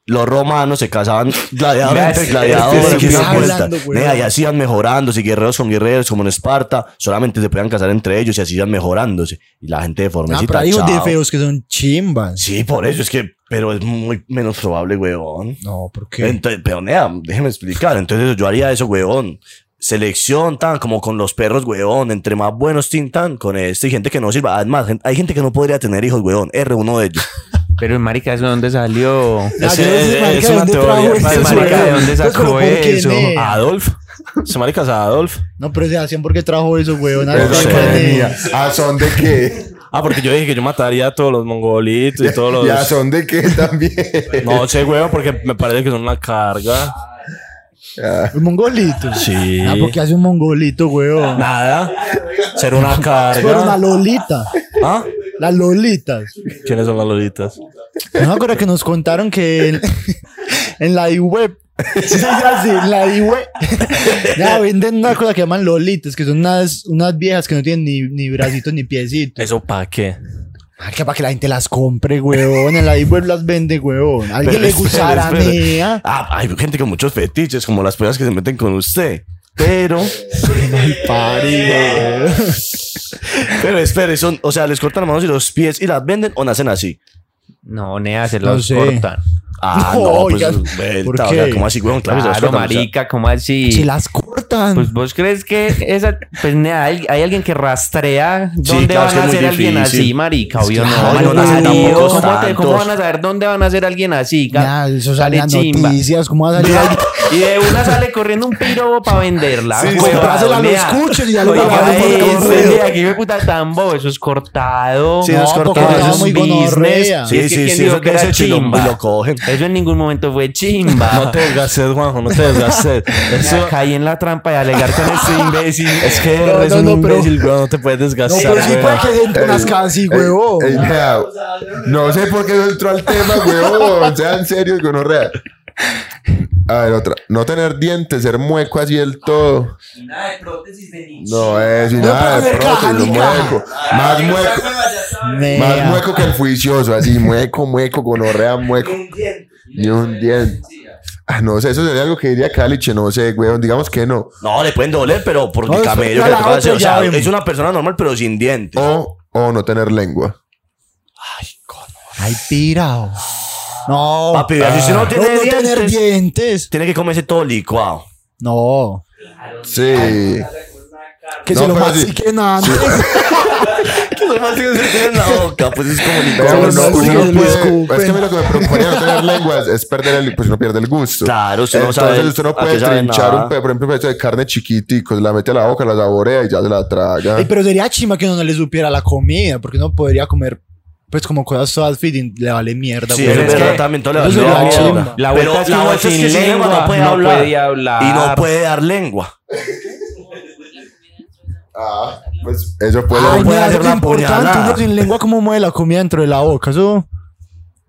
S6: los romanos se casaban gladiadores
S1: Veas,
S6: entre
S1: este
S6: gladiadores.
S1: sí
S6: aquí
S1: que
S6: se
S1: está
S6: apuesta.
S5: hablando, weón.
S6: Nea, y así iban mejorándose, guerreros con guerreros, como en Esparta. Solamente se podían casar entre ellos y así iban mejorándose. Y la gente de
S5: Ah, pero
S6: formecita,
S5: hay hijos de
S6: chao.
S5: feos que son chimbas.
S6: Sí, por eso es que, pero es muy menos probable, weón.
S5: No, ¿por qué?
S6: Entonces, pero nea, déjeme explicar. Entonces yo haría eso, weón. Selección tan como con los perros, weón. Entre más buenos tintan con este y gente que no sirva. Además, gen- hay gente que no podría tener hijos, weón. R uno de ellos.
S1: Pero, marica, ¿eso de dónde salió?
S5: Ah,
S3: Es-
S5: yo no sé,
S3: es-
S5: marica,
S3: es una
S5: ¿dónde
S3: teoría,
S5: trajo
S3: madre,
S5: esos,
S1: marica, ¿de
S5: weón?
S1: dónde
S5: Pues, pero
S1: sacó
S5: ¿por qué,
S1: eso?
S5: ne?
S3: Adolf. Se maricas a Adolf.
S5: No, pero se hacían porque trajo eso, weón.
S2: Pero
S5: Ay,
S2: es que
S5: ne.
S2: venía, ¿A son de qué?
S3: Ah, porque yo dije que yo mataría a todos los mongolitos y todos
S2: ¿Y a
S3: los.
S2: son de qué también?
S3: No sé, weón, porque me parece que son una carga.
S5: Un mongolito.
S3: Sí.
S5: Ah, porque hace un mongolito, weón.
S3: Nada. Ser una
S5: Pero una
S3: carga.
S5: lolita.
S3: ¿Ah?
S5: Las lolitas.
S3: ¿Quiénes son las lolitas?
S5: No me acuerdo que nos contaron que en, en la IWeb. Sí, se dice así, en la IWeb. Ya, venden una cosa que llaman lolitas, que son unas, unas viejas que no tienen ni, ni bracitos ni piecitos.
S3: ¿Eso para qué?
S5: Ah, que para que la gente las compre, weón. En la IWeb las vende, weón. ¿A alguien
S6: Pero
S5: le
S6: espere,
S5: gustará,
S6: espere.
S5: nea?
S6: Ah, hay gente con muchos fetiches, como las personas que se meten con usted. Pero. Pero espere, son, o sea, les cortan las manos y los pies y las venden o nacen así.
S1: No, nea, se los
S5: sé.
S1: cortan.
S6: Ah, pues,
S5: No,
S6: no,
S5: oiga,
S6: pues,
S5: ¿por
S6: vuelta, o
S5: qué?
S6: sea, ¿cómo así, weón? Claro, se las
S1: Claro,
S6: cortan, o sea,
S1: marica, ¿cómo así?
S5: Si las cortan.
S1: Pues vos crees que esa, pues nea, hay, hay alguien que rastrea
S6: Sí,
S1: dónde
S6: claro,
S1: van a
S6: es que es muy
S1: hacer alguien
S6: difícil.
S1: así, marica, obvio
S5: claro,
S1: no.
S5: no,
S1: marica,
S5: tampoco
S1: Dios,
S6: es
S1: ¿cómo, te- cómo
S6: tantos.
S1: van a saber dónde van a hacer alguien así? ca-
S5: Nah, eso sale a
S1: Sale chimba.
S5: noticias. ¿Cómo va a salir alguien?
S1: Y de una sale corriendo un piro para venderla.
S5: Sí, sí,
S1: huevada,
S5: comprásela a los
S1: nea.
S5: cuchos y ya lo
S1: Oiga,
S5: grabaron por
S1: ese,
S5: correo.
S1: nea, que hijo de puta tambo, eso es cortado.
S6: Sí, eso es
S1: No, porque
S6: cortado,
S1: eso
S6: eso
S1: es
S6: es
S1: muy
S5: muy gonorrea.
S1: business.
S6: Sí,
S1: Y es que
S6: sí,
S1: ¿quién
S6: sí,
S1: dijo
S6: eso
S1: que
S6: que
S1: era
S6: es hecho y lo-
S1: chimba?
S6: y lo cogen.
S1: Eso en ningún momento fue chimba.
S3: No te desgastes, Juanjo, no te desgastes. Eso,
S1: Nea, Caí en la trampa de alegar con este imbécil.
S3: es que
S5: No,
S3: eres
S5: no,
S3: un
S5: no, pero-
S3: imbécil, weón, no te puedes
S5: No,
S3: desgastar.
S5: pero sí
S3: weón.
S5: puede que den unas
S2: Ey,
S5: casi,
S2: ey,
S5: huevo.
S2: ey, vea, no sé por qué no entró al tema, huevón. O sea, en serio, gonorrea. A ver, otra. No tener dientes, ser mueco así del todo. No es y nada de
S5: puede ser caja,
S2: prótesis,
S5: ni
S2: mueco. Más mueco.
S6: Eh,
S2: Más mueco que el juicioso, así, mueco, mueco, gonorrea, mueco. Ni un diente. Ah, no sé, eso sería algo que diría Caliche, no sé, weón. Digamos que no.
S6: No, le pueden doler, pero por
S5: No,
S6: camello.
S5: eso-
S6: que
S5: la
S6: le toca hacer,
S5: otra
S6: o sea,
S5: ya vemos.
S6: es una persona normal, pero sin dientes.
S2: O, o no tener lengua.
S5: Ay, pirao. No.
S6: Papi, vea, si usted no
S5: no,
S6: tiene
S5: no tener
S6: dientes,
S5: dientes.
S6: tiene que comerse todo licuado.
S5: No.
S2: Sí.
S5: Que
S2: No,
S5: se lo
S2: pero sí.
S5: mastiquen antes.
S6: ¿Qué los más tienen en la boca? Pues es como
S2: Pero
S6: licuado.
S2: no,
S5: no,
S2: uno
S5: sí,
S2: no
S5: lo
S2: puede-
S5: escupen.
S2: es que a mí lo que me preocuparía no tener lenguas es perder el, pues uno pierde el gusto.
S6: Claro, usted no
S2: Entonces,
S6: sabe
S2: usted
S6: a
S2: no
S6: qué
S2: puede
S6: sabe
S2: trinchar
S6: nada.
S2: un pe- por ejemplo, un pedazo de carne chiquitico, la mete a la boca, la saborea y ya se la traga.
S5: Ey, Eh, pero sería chima que uno no le supiera la comida, porque uno podría comer, pues, como cosas fast food y le vale mierda. pues,
S6: Sí,
S5: güey.
S6: es
S1: Pero es
S6: verdad,
S1: que
S6: también todo le
S5: eso
S6: valió
S5: es la
S6: mierda.
S5: chimba.
S1: La
S6: Pero
S1: vuelta es que
S6: la
S1: uno
S6: vuelta
S1: sin
S6: es que sin lengua
S1: lengua
S6: no puede
S1: no
S6: hablar.
S1: puede hablar.
S6: Y no puede dar lengua.
S2: Ah, pues eso puede
S5: Ay,
S6: puede
S5: mira,
S6: hacer
S5: algo
S6: una
S5: importante,
S6: puñalada.
S5: uno sin lengua, cómo mueve la comida dentro de la boca. Eso,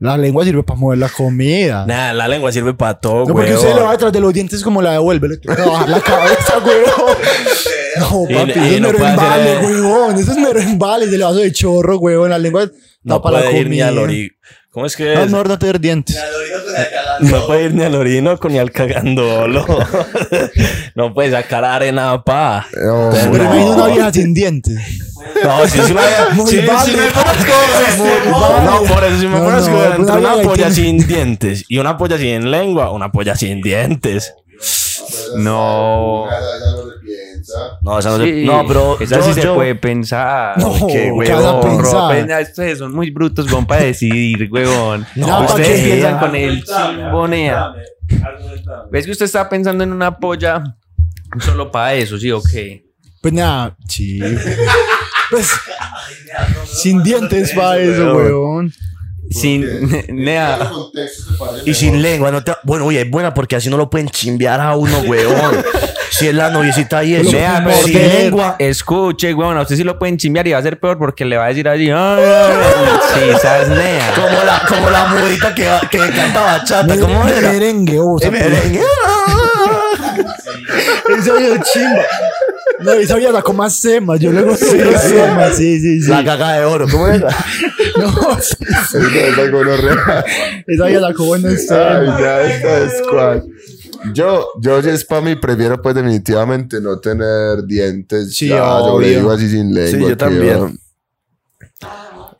S5: la lengua sirve para mover la comida.
S3: Nah, la lengua sirve para todo,
S5: No, porque
S3: weón.
S5: usted le va detrás de los dientes como la devuelve. Le toca bajar la cabeza, huevón. No,
S3: Y-
S5: papi,
S3: y
S5: eso es
S3: no
S5: mero
S3: puede
S5: embale,
S3: hacer-
S5: huevón. Eso es mero embale. Se le va a hacer de chorro, huevón. La lengua
S3: No
S5: para la
S3: puede ir ni
S5: comida.
S3: al orino. ¿Cómo es que
S5: No, es
S3: es?
S5: mejor no tener dientes.
S3: No puede ir ni al orino ni al cagandolo. no puede sacar arena, pa.
S2: No,
S5: Pero
S2: no.
S5: imagina una vieja sin dientes.
S3: No, si, si, la,
S5: Muy
S3: si,
S5: vale.
S3: si me pones
S5: vale.
S3: con No, por eso, si me
S5: No,
S3: pones
S5: no,
S3: con
S5: una
S3: entre una
S5: vieja
S3: polla
S5: tiene-
S3: sin dientes y una polla sin lengua, una polla sin dientes.
S1: No.
S6: No, esa no se-
S1: Sí,
S6: No, pero.
S1: esa
S6: yo-
S1: sí se
S6: yo-
S1: puede pensar.
S5: No,
S6: qué
S5: ¿qué vas a
S1: No,
S5: pensar?
S1: Robben, ah, ustedes son muy brutos, van para decidir, huevón.
S5: No,
S1: ustedes
S5: ¿pa' qué?
S1: piensan con el chimbonea. ¿Ves que usted está pensando en una polla solo para eso, sí o qué?
S5: Pues nada, sí. Pues, sin dientes para eso, huevón.
S1: Sin nea.
S6: Y sin lengua, no te. Bueno, oye, es buena porque así no lo pueden chimbear a uno, weón. si es la noviecita y eso.
S1: Vea,
S5: pueden
S1: sin
S5: morder.
S1: lengua. Escuche, huevón, a usted sí lo pueden chimbear y va a ser peor porque le va a decir así. "Ay, ay, ay". Sí, esas nea.
S6: Como la, como la mujerita que, va- que canta bachata. ¿Cómo era?
S5: Merengue, oh, o sea,
S6: Eh, merengue.
S5: Esa vieja chimba. No, esa vieja sacó más semas. Yo luego sí, semas. Sí, sí, sí.
S6: La caga de oro. ¿Cómo era?
S5: No, sí, sí.
S2: Eso es gonorrea.
S5: Esa vieja sacó buenos
S2: Ay,
S5: semas.
S2: ya, esta es cual. Yo, yo si es para mí, prefiero pues definitivamente no tener dientes.
S5: Sí,
S2: ya,
S5: obvio.
S2: sobrevivo así sin lengua.
S6: Sí, yo
S2: tío.
S6: también.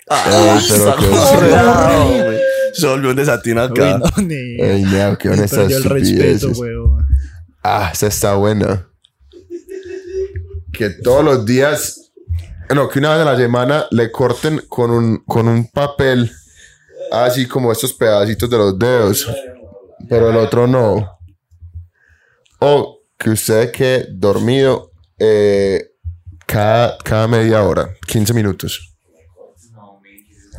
S2: Ay, pero qué
S6: Claro, Ah, güey. Se volvió un desatín
S5: Uy,
S6: acá.
S5: no, ni.
S2: Ey, nea, qué
S5: Ni
S2: honestas
S5: perdió el respeto,
S2: estupideces.
S5: huevón.
S2: Ah, esa está buena. Que todos los días, no, que una vez a la semana le corten con un, con un papel, así como estos pedacitos de los dedos, pero el otro no. O que usted quede dormido eh, cada, cada media hora, 15 minutos.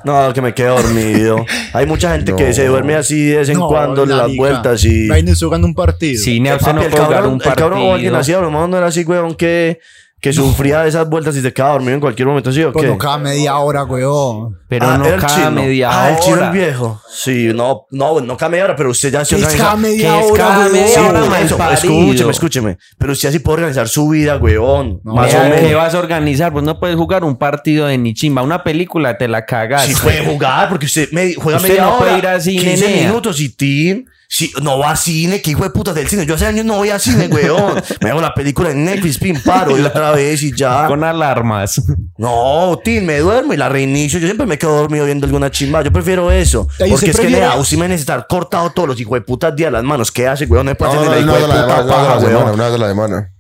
S6: No, que me quede dormido. Hay mucha gente que se duerme así de vez en
S5: No,
S6: cuando en las
S5: marica.
S6: vueltas y.
S5: Imagínese jugando un partido.
S1: Sí, nea, usted
S6: Papi,
S1: no
S6: el
S1: puede jugar
S6: cabrón,
S1: un
S6: el cabrón o alguien
S1: partido.
S6: así, a lo mejor no era así, weón, que, que sufría de esas vueltas y se quedaba dormido en cualquier momento, ¿sí o qué?
S5: Bueno, cada media hora, huevón.
S1: Pero
S6: Ah,
S1: no
S6: era el
S1: cada
S6: chino.
S1: media
S6: Ah, el chino
S1: hora.
S6: el viejo. Sí, no, no, no cada media hora, pero usted ya se
S5: ¿Qué es
S6: organiza.
S5: cada media
S6: ¿Qué es
S5: hora,
S6: cada
S5: weón?
S6: media
S5: Sí,
S6: hora,
S1: weón,
S6: maestro?
S1: malparido.
S6: Escúcheme, escúcheme. Pero usted así puede organizar su vida, weón. más o
S1: Nea, ¿Qué
S6: menos.
S1: vas a organizar? Pues no puedes jugar un partido de ni chimba. Una película te la cagas.
S6: Si puede jugar, porque usted me, juega
S1: Usted
S6: media
S1: no puede
S6: hora.
S1: ir al cine,
S6: 15
S1: nea.
S6: minutos y team. Si no va a cine, que hijo de puta del cine. Yo hace años no voy a cine, weón. me hago la película en Netflix, pim, paro y otra vez y ya.
S1: Con alarmas.
S6: No, Tim, me duermo y la reinicio. Yo siempre me quedo dormido viendo alguna chimba. Yo prefiero eso.
S5: Ahí
S6: Porque
S5: se
S6: es que
S5: prefiere-
S6: Nea, usted me necesita estar cortado todos los hijueputas días las manos. ¿Qué hace, weón? No puede
S2: No,
S6: hacer
S2: no,
S6: ni
S2: no,
S6: la
S2: no, de la-
S6: hijueputa
S2: no, de
S6: paja,
S2: la semana,
S6: weón.
S2: una vez a la semana.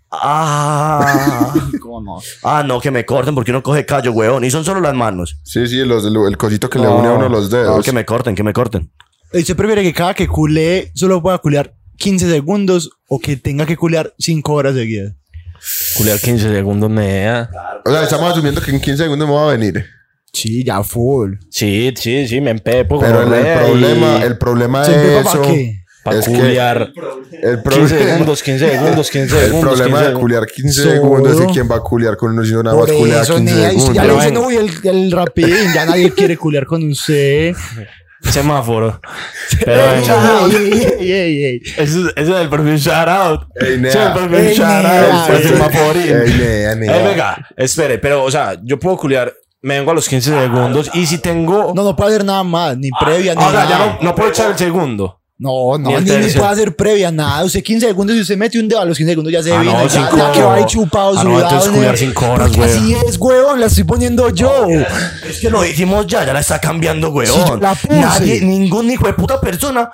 S6: Ah. Ah, no, que me corten porque uno coge callo, weón. Y son solo las manos.
S2: Sí, sí, los- el, el cosito que le une a uno los dedos.
S6: No, que me corten, que me corten.
S5: ¿Y ¿Usted Eh, prefiere que cada que culee solo pueda culear 15 segundos o que tenga que culear 5 horas seguidas?
S3: Culear 15 segundos, nea.
S2: O sea, estamos asumiendo que en 15 segundos me va a venir.
S5: Sí, ya full.
S3: Sí, sí, sí, me empepo.
S2: Pero el, el
S3: gonorrea,
S2: problema,
S3: y-
S2: el problema
S5: ¿Se
S2: de
S5: empepa pa'
S2: eso.
S5: qué?
S3: pa'
S2: es que-
S3: culear.
S2: El
S3: 15
S2: problema.
S3: segundos, 15 segundos, 15
S2: El
S3: segundos.
S2: problema
S3: 15
S2: de
S3: segundos.
S2: culiar 15
S5: Solo.
S2: segundos es quién va a culiar con uno si uno nada más culea 15 segundos.
S5: ya le
S3: Pero
S5: dicen,
S3: bueno.
S5: uy, el, el rapín, ya nadie quiere culear con usted.
S3: Semáforo. Pero bueno, eso, es- eso es el perfil shout out.
S2: Ey, nea.
S3: Eso es el perfil
S5: Ey,
S3: shout
S5: nea.
S3: out. Es el
S2: Ey,
S3: maporín.
S2: nea, nea.
S3: Eh, venga, espere, pero, o sea, yo puedo culiar, me vengo a los 15 segundos y si tengo.
S5: No, no puede hacer nada más, ni previa, ni
S3: Ah, Ahora, ya
S5: nada.
S3: no, no puedo echar el segundo.
S5: No, no,
S3: Ni el
S5: ni, ni
S3: tercero.
S5: puede hacer previa, nada. Usted 15 segundos y usted mete un dedo a los 15 segundos, ya se
S3: Ah,
S5: ve
S3: no,
S5: ya,
S3: cinco-
S5: ya que va ahí chupado,
S3: Ah, no,
S5: sudado.
S3: entonces
S5: ne-
S3: culear cinco horas,
S5: Porque Así es, huevón, la estoy poniendo yo.
S6: Es que lo dijimos ya, ya la está cambiando, weón.
S5: yo la puse.
S6: Nadie, ningún hijo de puta persona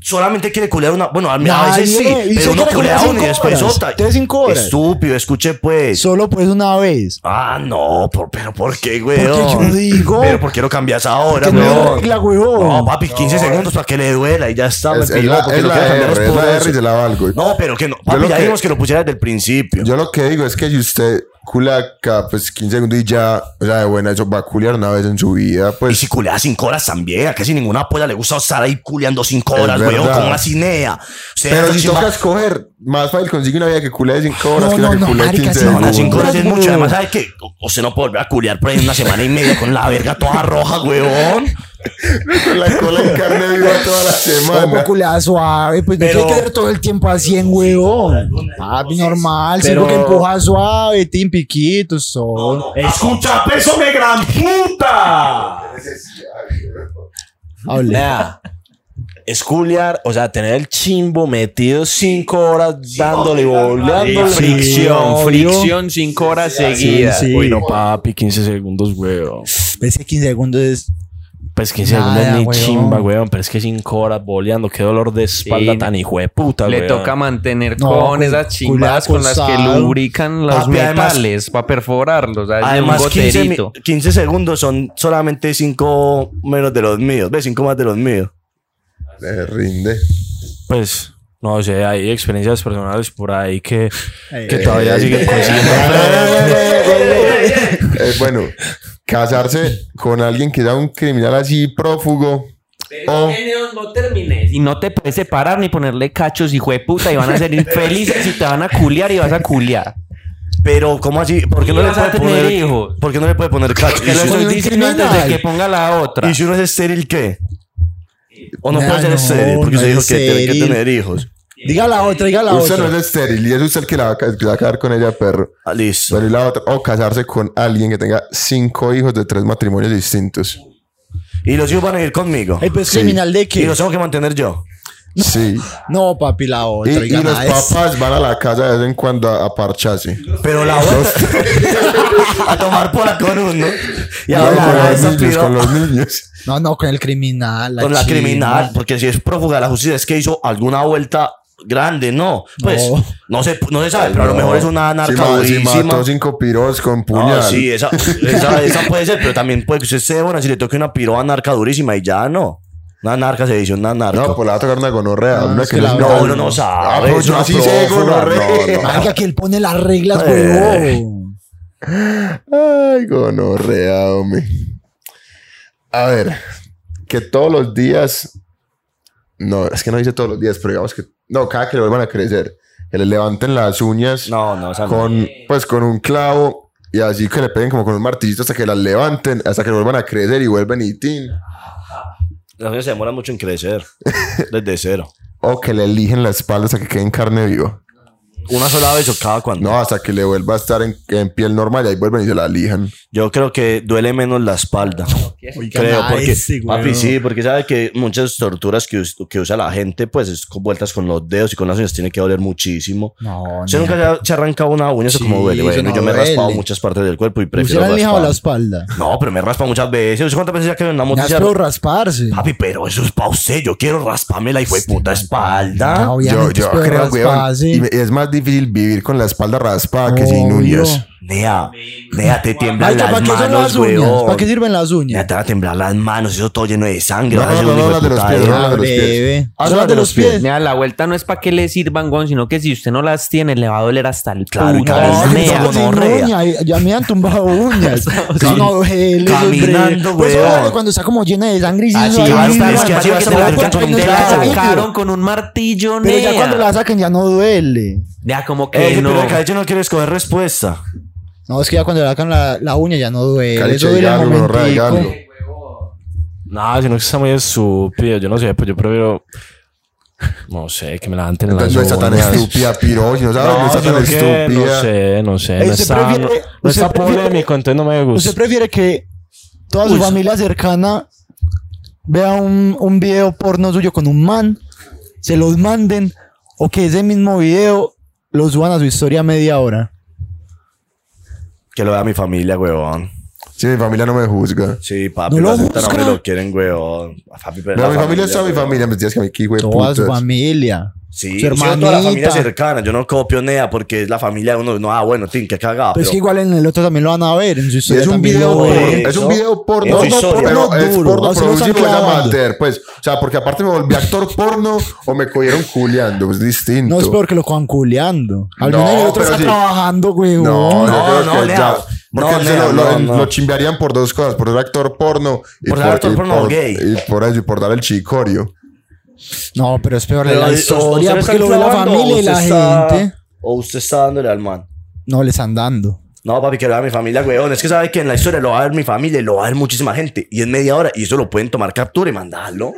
S6: solamente quiere culear una. Bueno, a, a veces sí,
S5: Nadie, y
S6: pero
S5: se
S6: uno
S5: quiere
S6: culea
S5: culear
S6: una y
S5: cinco
S6: después
S5: horas,
S6: otra.
S5: tres, cinco horas.
S6: Estúpido, escuche pues.
S5: Solo pues una vez.
S6: Ah, no, por- pero ¿por qué,
S5: Porque
S6: weón?
S5: yo digo.
S6: Pero ¿por qué lo cambias ahora,
S5: Que no es
S6: weón?
S5: regla, huevón.
S6: No, papi, 15 segundos para que le duela y ya está.
S2: Es,
S6: me
S2: es
S6: pegó,
S2: la,
S6: porque
S2: es
S6: lo
S2: la
S6: quiero cambiar
S2: R, es
S6: por
S2: la
S6: eso.
S2: R y se la valgo.
S6: No, pero que no. Papi,
S2: lo
S6: ya
S2: que-
S6: dijimos que lo pusiera desde el principio.
S2: Yo lo que digo es que si usted culea cada pues, 15 segundos y ya, o sea, de buena, eso va a culiar una vez en su vida,
S6: Y
S2: pues.
S6: si culea cinco horas también, a que sin ninguna polla le gusta estar ahí culeando cinco
S2: Es
S6: horas, weón,
S2: verdad.
S6: con una cinea.
S2: pero si toca escoger, más fácil consigue una vida que culea 5 horas
S5: No,
S2: que una
S5: no,
S2: que
S5: no,
S2: culea
S5: marica,
S2: 15
S5: sí, no,
S6: No, las
S2: segundos.
S6: cinco horas es
S5: Weón.
S6: mucho. Además, ¿sabes qué? O se no puede volver a culear por ahí una semana y media con la verga toda roja, weón.
S2: Con la cola en carne viva toda la semana.
S5: Como culeada suave, pues
S6: Pero-
S5: no tiene que ver todo el tiempo así en huevón. Papi, normal,
S3: Pero-
S5: siempre que empuja suave, tin piquito, sol.
S6: ¡Escucha, peso de gran puta!
S5: Hable.
S3: Nea. Es culiar, o sea, tener el chimbo metido 5 horas dándole, boleando.
S1: Fricción,
S5: obvio.
S1: fricción, cinco horas seguidas.
S5: sí.
S3: Uy, no, papi, 15 segundos, weón.
S5: Ves que 15 segundos es.
S3: Pues 15
S5: Nada,
S3: segundos ni
S5: weón.
S3: chimba, weón. Pero es que 5 horas boleando, qué dolor de espalda
S1: Sí.
S3: tan hijo de puta,
S1: Le
S3: weón.
S1: toca mantener
S5: No,
S1: con
S5: pues,
S1: esas chimbadas
S5: culo
S1: con las que
S5: acosado.
S1: lubrican los
S6: Papi, además-
S1: metales para perforarlos. ¿sabes?
S6: Además,
S1: un
S6: 15, mi-
S1: goterito.
S6: 15 segundos son solamente cinco menos de los míos. ¿Ves? Cinco más de los míos.
S2: Le rinde.
S3: Pues, no sé, hay experiencias personales por ahí
S6: Eh,
S3: que,
S5: eh,
S3: que
S2: Ey,
S3: todavía
S2: ey,
S3: siguen
S2: ey,
S3: consiguiendo.
S2: Eh, bueno, casarse con alguien que sea un criminal así prófugo. O,
S1: no termines. Y no te puedes separar ni ponerle cachos, hijo de puta. Y van a ser infelices y te van a culiar y vas a culiar.
S6: Pero, ¿cómo así? ¿Por qué no
S1: Y
S6: le
S1: vas a
S6: puede
S1: tener
S6: poner
S1: hijos.
S6: ¿Por qué no le puede poner cacho?
S1: Que
S6: ¿Y
S1: lo
S6: si uno-
S1: estoy diciendo antes de que ponga la otra.
S6: ¿Y si uno es estéril, qué? ¿O no
S5: Nah,
S6: puede ser
S5: no,
S6: estéril? Porque
S5: no
S6: usted dijo
S5: es
S6: que tiene que
S5: estéril.
S6: tener hijos.
S5: Diga la otra, diga la
S2: usted no
S5: otra.
S2: es estéril y es usted el que la va a, ca- que va a quedar con ella, perro.
S6: Ah, listo.
S2: Pero y la otra, o casarse con alguien que tenga cinco hijos de tres matrimonios distintos.
S6: ¿Y los hijos van a ir conmigo?
S5: Ay, pues criminal de
S6: ¿Y
S5: qué?
S6: los tengo que mantener yo?
S2: Sí.
S5: No, papi, la
S2: Y,
S5: otra.
S2: y
S5: diga
S2: los
S5: nada de eso.
S2: papás van a la casa de vez en cuando a, a parcharse.
S6: Pero la otra... a tomar por la con uno. Y
S2: No,
S6: ahora
S2: con,
S6: la
S2: los
S6: esa
S2: niños,
S6: piba-
S2: con los niños.
S5: No, no, con el criminal.
S6: con la
S5: chimba.
S6: criminal, porque si es prófuga de la justicia es que hizo alguna vuelta grande, no. Pues no,
S5: No.
S6: se, no se sabe, pero a lo
S2: No.
S6: mejor es una
S2: Si
S6: narca
S2: ma- si
S6: durísima.
S2: mató cinco piros con
S6: No,
S2: puñal.
S6: sí, esa, esa, esa puede ser, pero también puede que usted se bueno si le toque una piroa narca durísima y ya no. Una narca se dice, una narca.
S2: No, pues la va a tocar una gonorrea.
S6: Ah,
S5: No,
S2: una
S5: es
S2: que
S5: que
S2: no,
S5: la-
S2: es
S6: No,
S2: normal.
S6: uno no sabe,
S2: Ah, pues
S6: es
S2: yo
S6: una
S2: así sé
S6: prófuga,
S2: gonorrea.
S5: Marica, que él pone las reglas,
S6: Eh.
S5: huevón.
S2: Ay, gonorrea, hombre. A ver, que todos los días. No, es que no dice todos los días, pero digamos que. No, cada que le vuelvan a crecer. Que le levanten las uñas
S6: No, no, esa no.
S2: con, pues, con un clavo y así que le peguen como con un martillito hasta que las levanten, hasta que vuelvan a crecer y vuelven y tin.
S6: Las niñas se demoran mucho en crecer. Desde cero.
S2: O que le eligen la espalda hasta que queden carne viva.
S6: una sola vez o cada cuando.
S2: No, hasta que le vuelva a estar en, en piel normal y ahí vuelven y se la lijan.
S6: Yo creo que duele menos la espalda. creo, porque, papi, sí, porque sabe que muchas torturas que, us- que usa la gente, pues es con vueltas con los dedos y con las uñas, tiene que doler muchísimo.
S5: No,
S6: Yo nunca se ha- se ha arrancado una uña, eso como duele.
S5: eso
S6: bueno,
S5: no
S6: yo me he
S5: duele.
S6: raspado muchas partes del cuerpo y
S5: ¿Usted
S6: prefiero.
S5: le han lijado
S6: raspar.
S5: la espalda?
S6: No, pero me he raspado muchas veces. ¿Usted ¿Cuántas veces ya que en la
S5: Me
S6: noticia?
S5: has podido rasparse.
S6: Papi, pero eso es pa' usted. Yo quiero rasparme la hijo de puta espalda.
S5: No,
S2: Yo,
S5: obviamente, pues,
S2: yo
S5: es peor
S2: creo, weón.
S5: rasparse.
S2: Y me- es más difícil vivir con la espalda raspada que sin
S5: Obvio.
S2: uñas.
S6: Nea, nea, te tiemblan
S5: Marica,
S6: las
S5: ¿para qué son
S6: manos,
S5: las uñas?
S6: weón.
S5: ¿Para qué sirven las
S6: Nea,
S5: uñas?
S6: te van a temblar las manos, eso todo lleno de ¿eh? sangre.
S2: No,
S6: vas a
S2: no,
S6: ser
S2: no,
S6: un
S2: no,
S6: hijo
S2: no, de los pies,
S6: putadero.
S2: no, no, de los pies.
S5: Ah, son las de los pies.
S1: Nea, la vuelta no es para que le sirvan, Gon, sino que si usted no las tiene, le va a doler hasta el
S6: Claro,
S1: puto,
S6: claro,
S1: pues,
S6: es que
S1: nea.
S6: somos-
S5: Sin
S6: gonorrea.
S5: uña, y- ya me han tumbado uñas. Eso no duele, eso es breve.
S6: Caminando,
S5: Pues,
S6: weón.
S5: claro, cuando está como llena de sangre y se
S1: Así
S5: hizo ahí,
S1: va a estar,
S5: weón,
S6: es que así
S5: marica,
S6: va a
S5: te
S6: estar
S5: la
S6: la
S5: pones
S6: canción
S5: con
S1: Te
S5: el
S1: la
S5: lápiz.
S1: sacaron con un martillo,
S5: Pero ya
S1: nea.
S5: cuando la sacan ya no duele.
S1: Nea, como que
S3: eh,
S6: Ey,
S1: no.
S6: Eh, pero acá yo no quiero escoger respuesta.
S5: No, es que ya cuando le sacan la, la uña ya no duele.
S2: Cariche
S5: eso duele
S2: de
S5: un
S2: galgo, gonorrea de
S5: momentico.
S2: galgo.
S3: No, si no está muy estúpido. Yo no sé, pues yo prefiero. No sé, que me la en las
S2: No está tan
S3: uñas.
S2: estúpida, piro. No, sabes, no
S3: No,
S2: está
S3: sino
S2: tan
S3: que no
S2: estúpida.
S3: sé, no sé.
S5: Ey,
S3: No
S5: ¿usted
S3: está, no,
S5: prefiere-
S3: no
S5: usted
S3: está
S5: prefiere-
S3: polémico, entonces no me
S6: Pues
S5: ¿Usted
S3: gusta.
S5: prefiere que toda su familia cercana vea un, un video porno suyo con un man, se los manden, o que ese mismo video lo suban a su historia a media hora?
S6: Que lo vea mi familia, weón.
S2: Sí, mi familia no me juzga.
S6: Sí, papi,
S5: No lo
S6: lo aceptan a
S5: busca.
S6: uno y lo quieren, weón. Papi, pero
S2: No,
S6: la
S2: mi familia es toda mi
S6: weón.
S2: familia. Me decías que me quijo de
S5: Toda su
S2: putas.
S5: familia.
S6: Sí,
S5: Su
S6: yo soy de toda la familia
S5: hermanita.
S6: cercana. Yo no copio nea porque es la familia de uno. No, ah, bueno, tin, que
S5: Pero
S6: cagada.
S5: Pues es que
S6: pero-
S5: igual en el otro también lo van a ver, en su
S2: Y
S5: historia
S2: es un
S5: también
S2: video
S5: lo ven.
S2: porno, es un video porno,
S6: Eso es
S2: no,
S6: historia.
S2: pero
S5: Porno
S2: es
S5: duro,
S2: porno
S5: o sea, no
S2: producido
S5: están
S2: es
S5: clavando.
S2: amateur, pues, o sea, porque aparte me volví actor porno o me cogieron culiando, es distinto.
S5: No es peor que lo cojan culeando. Alguno
S2: No,
S5: y el otro
S2: pero
S5: está
S2: sí.
S5: trabajando, güey.
S2: No,
S6: No,
S2: no,
S6: no,
S2: no,
S6: Lea.
S2: Porque
S6: No,
S2: se
S6: Lea,
S2: lo, lo-
S6: no, no.
S2: lo chimbearían por dos cosas, por ser actor porno y
S6: Por ser actor
S2: y
S6: porno gay.
S2: Y por eso, y por dar el chicorio.
S5: No, pero es peor
S6: Pero eh,
S5: la
S6: ahí-
S5: historia,
S6: ¿ustedes
S5: porque
S6: están
S5: lo ve la
S6: clavando o
S5: familia y
S6: usted
S5: la
S6: está-
S5: gente.
S6: O usted está dándole al man.
S5: No, les están dando.
S6: No, papi, que lo vea mi familia, weón. Es que sabe que en la historia lo va a ver mi familia y lo va a ver muchísima gente. Y en media hora. Y eso lo pueden tomar captura y mandarlo.